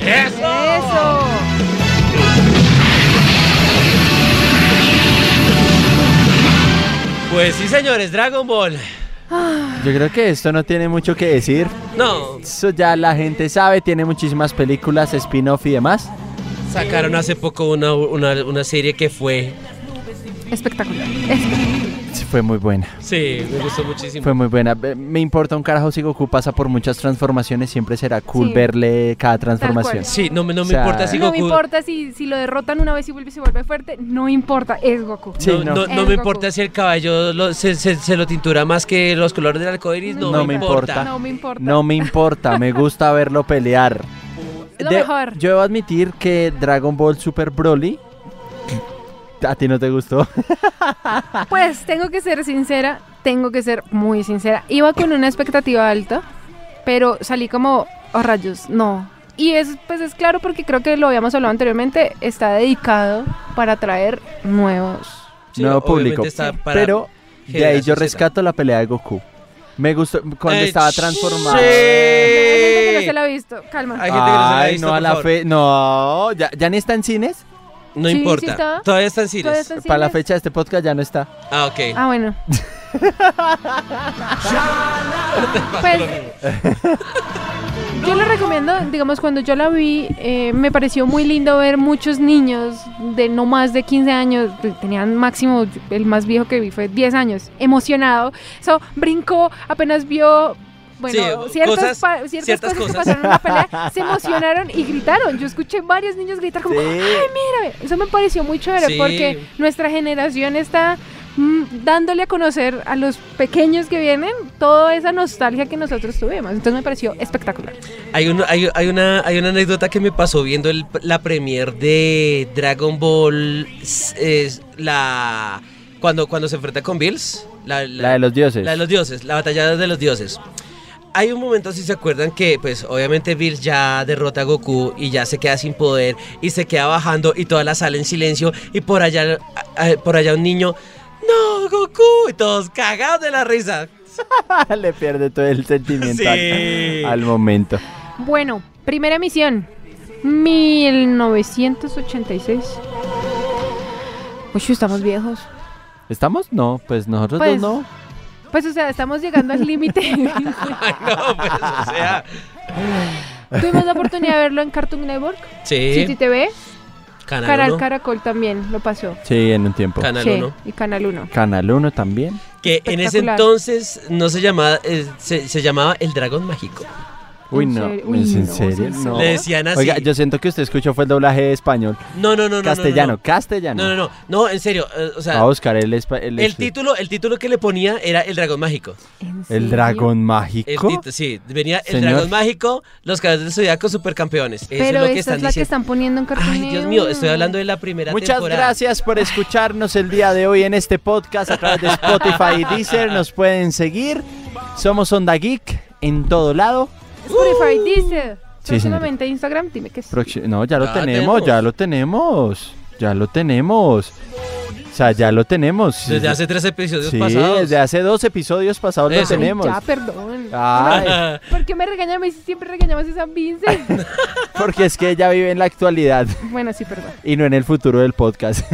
S5: Eso.
S4: Pues sí, señores, Dragon Ball.
S2: Yo creo que esto no tiene mucho que decir.
S4: No,
S2: Eso ya la gente sabe, tiene muchísimas películas, spin-off y demás.
S4: sacaron hace poco una, una, una serie que fue.
S5: Espectacular. Espectacular.
S2: Sí, Fue muy buena,
S4: Sí, me gustó muchísimo.
S2: fue muy buena. Ve- Me importa un carajo si Goku pasa por muchas transformaciones, siempre será cool
S5: Sí.
S2: verle cada transformación.
S4: Sí, no, me- no me
S2: O sea,
S4: importa si
S5: No
S4: Goku.
S5: me importa si, si lo derrotan una vez y vuelve y se vuelve fuerte. No importa, es Goku.
S2: Sí,
S4: No,
S2: no.
S4: no-
S5: Es
S4: no me
S5: Goku.
S4: importa si el caballo lo- se, se- se lo tintura más que los colores del arcoíris. No, me importa.
S5: No me importa.
S2: No me importa, me gusta verlo pelear.
S5: Es lo
S2: De-
S5: mejor.
S2: Yo debo admitir que Dragon Ball Super Broly a ti no te gustó.
S5: Pues tengo que ser sincera, tengo que ser muy sincera. Iba con una expectativa alta, pero salí como, oh rayos, no. Y es, pues es claro porque creo que lo habíamos hablado anteriormente, está dedicado para traer nuevos.
S4: Sí,
S2: nuevo
S4: obviamente
S2: público.
S4: está para
S2: Pero de ahí yo
S4: generación Z.
S2: rescato la pelea de Goku. Me gustó cuando
S4: Eh,
S2: estaba transformado.
S5: Hay gente que no
S4: Sí.
S5: se la ha visto, calma.
S4: Hay gente que no se la ha
S2: Ay,
S4: visto,
S2: no a
S4: por
S2: la
S4: favor.
S2: fe. No, ya, ya ni está en cines.
S4: No
S5: Sí, sí
S4: importa.
S5: está.
S4: Todavía están cines.
S5: Todavía están
S2: Para la
S5: cines.
S2: fecha de este podcast ya no está.
S4: Ah, ok.
S5: Ah, bueno. pues, yo lo recomiendo, digamos, cuando yo la vi, eh, me pareció muy lindo ver muchos niños de no más de 15 años, que tenían máximo, el más viejo que vi fue 10 años, emocionado. So, brincó, apenas vio... Bueno,
S4: Sí,
S5: ciertas,
S4: cosas-
S5: pa- ciertas,
S4: ciertas cosas.
S5: cosas, que pasaron en la pelea se emocionaron y gritaron. Yo escuché varios niños gritar como,
S2: Sí.
S5: Mira, Eso me pareció muy chévere
S4: Sí.
S5: porque nuestra generación está mm, dándole a conocer a los pequeños que vienen toda esa nostalgia que nosotros tuvimos. Entonces me pareció espectacular.
S4: Hay, un- hay, hay una, hay una anécdota que me pasó viendo el- la premier de Dragon Ball. Es, la, cuando, cuando se enfrenta con Bills. La, la-
S2: La de los dioses.
S4: la de los dioses, la batalla de los dioses. Hay un momento, si se acuerdan, que pues obviamente Bills ya derrota a Goku y ya se queda sin poder y se queda bajando y toda la sala en silencio y por allá, a- a- por allá un niño, no, Goku, y todos cagados de la risa.
S2: Le pierde todo el sentimiento al-
S4: Sí.
S2: al momento.
S5: Bueno, primera misión. 1986. Uy, estamos viejos.
S2: ¿Estamos? No, pues nosotros
S5: Pues-
S2: dos no.
S5: Pues o sea, estamos llegando al límite.
S4: Ay, no, pues, o sea,
S5: Tuvimos la oportunidad de verlo en Cartoon Network,
S4: sí,
S5: City TV,
S4: Canal
S5: Canal
S4: 1.
S5: Caracol también lo pasó.
S2: Sí, en un tiempo.
S4: Canal
S5: Sí,
S4: 1.
S5: y Canal 1.
S2: Canal 1 también.
S4: Que en ese
S5: Espectacular.
S4: entonces no se llamaba, eh, se, se llamaba El Dragón Mágico.
S2: Uy,
S5: ¿En
S2: no.
S5: serio? Uy,
S2: ¿Es en
S5: no,
S2: serio?
S5: ¿en
S2: No.
S5: serio?
S4: Le decían así.
S2: Oiga, yo siento que usted escuchó fue el doblaje de español.
S4: no, no, no, no, no,
S2: castellano,
S4: No,
S2: castellano.
S4: no, no, no, no, en serio, eh, o sea,
S2: Va a buscar el, espa- el,
S4: el título, el título que le ponía era El Dragón Mágico.
S5: ¿En serio?
S2: El dragón
S4: El
S2: mágico.
S4: tito- sí, venía El
S2: Señor.
S4: Dragón Mágico, Los Caballeros del Zodiaco, Supercampeones. Eso
S5: Pero
S4: es lo que
S5: esta
S4: están
S5: es la que
S4: diciendo.
S5: están poniendo en Cartoon
S4: Ay, Dios
S5: Network.
S4: mío, estoy hablando de la primera
S2: Muchas
S4: temporada.
S2: gracias por escucharnos el día de hoy en este podcast a través de Spotify y Deezer. Nos pueden seguir. Somos Onda Geek en todo lado.
S5: Spotify
S4: ¡Uh!
S5: dice.
S2: Sí, señorita.
S5: próximamente Instagram, dime que sí.
S2: Proxi- No, ya lo
S4: Ah,
S2: tenemos,
S4: tenemos.
S2: ya lo tenemos. Ya lo tenemos. O sea, ya lo tenemos.
S4: Desde hace tres episodios
S2: Sí,
S4: pasados.
S2: desde hace dos episodios pasados lo
S4: Eso.
S2: tenemos.
S5: Ya, perdón.
S4: Ah.
S2: Ay,
S5: ¿Por qué me regañan? Me- Siempre regañamos a San Vincent.
S2: porque es que ella vive en la actualidad
S5: bueno, sí, perdón.
S2: y no en el futuro del podcast.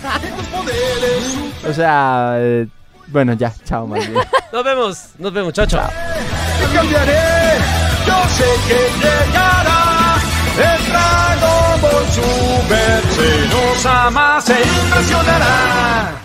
S2: o sea, eh, bueno, ya, chao, más bien.
S4: Nos vemos, nos vemos, chao, chao.
S3: cambiaré. Yo sé que llegará el Dragon Ball Super. Se nos ama, se impresionará.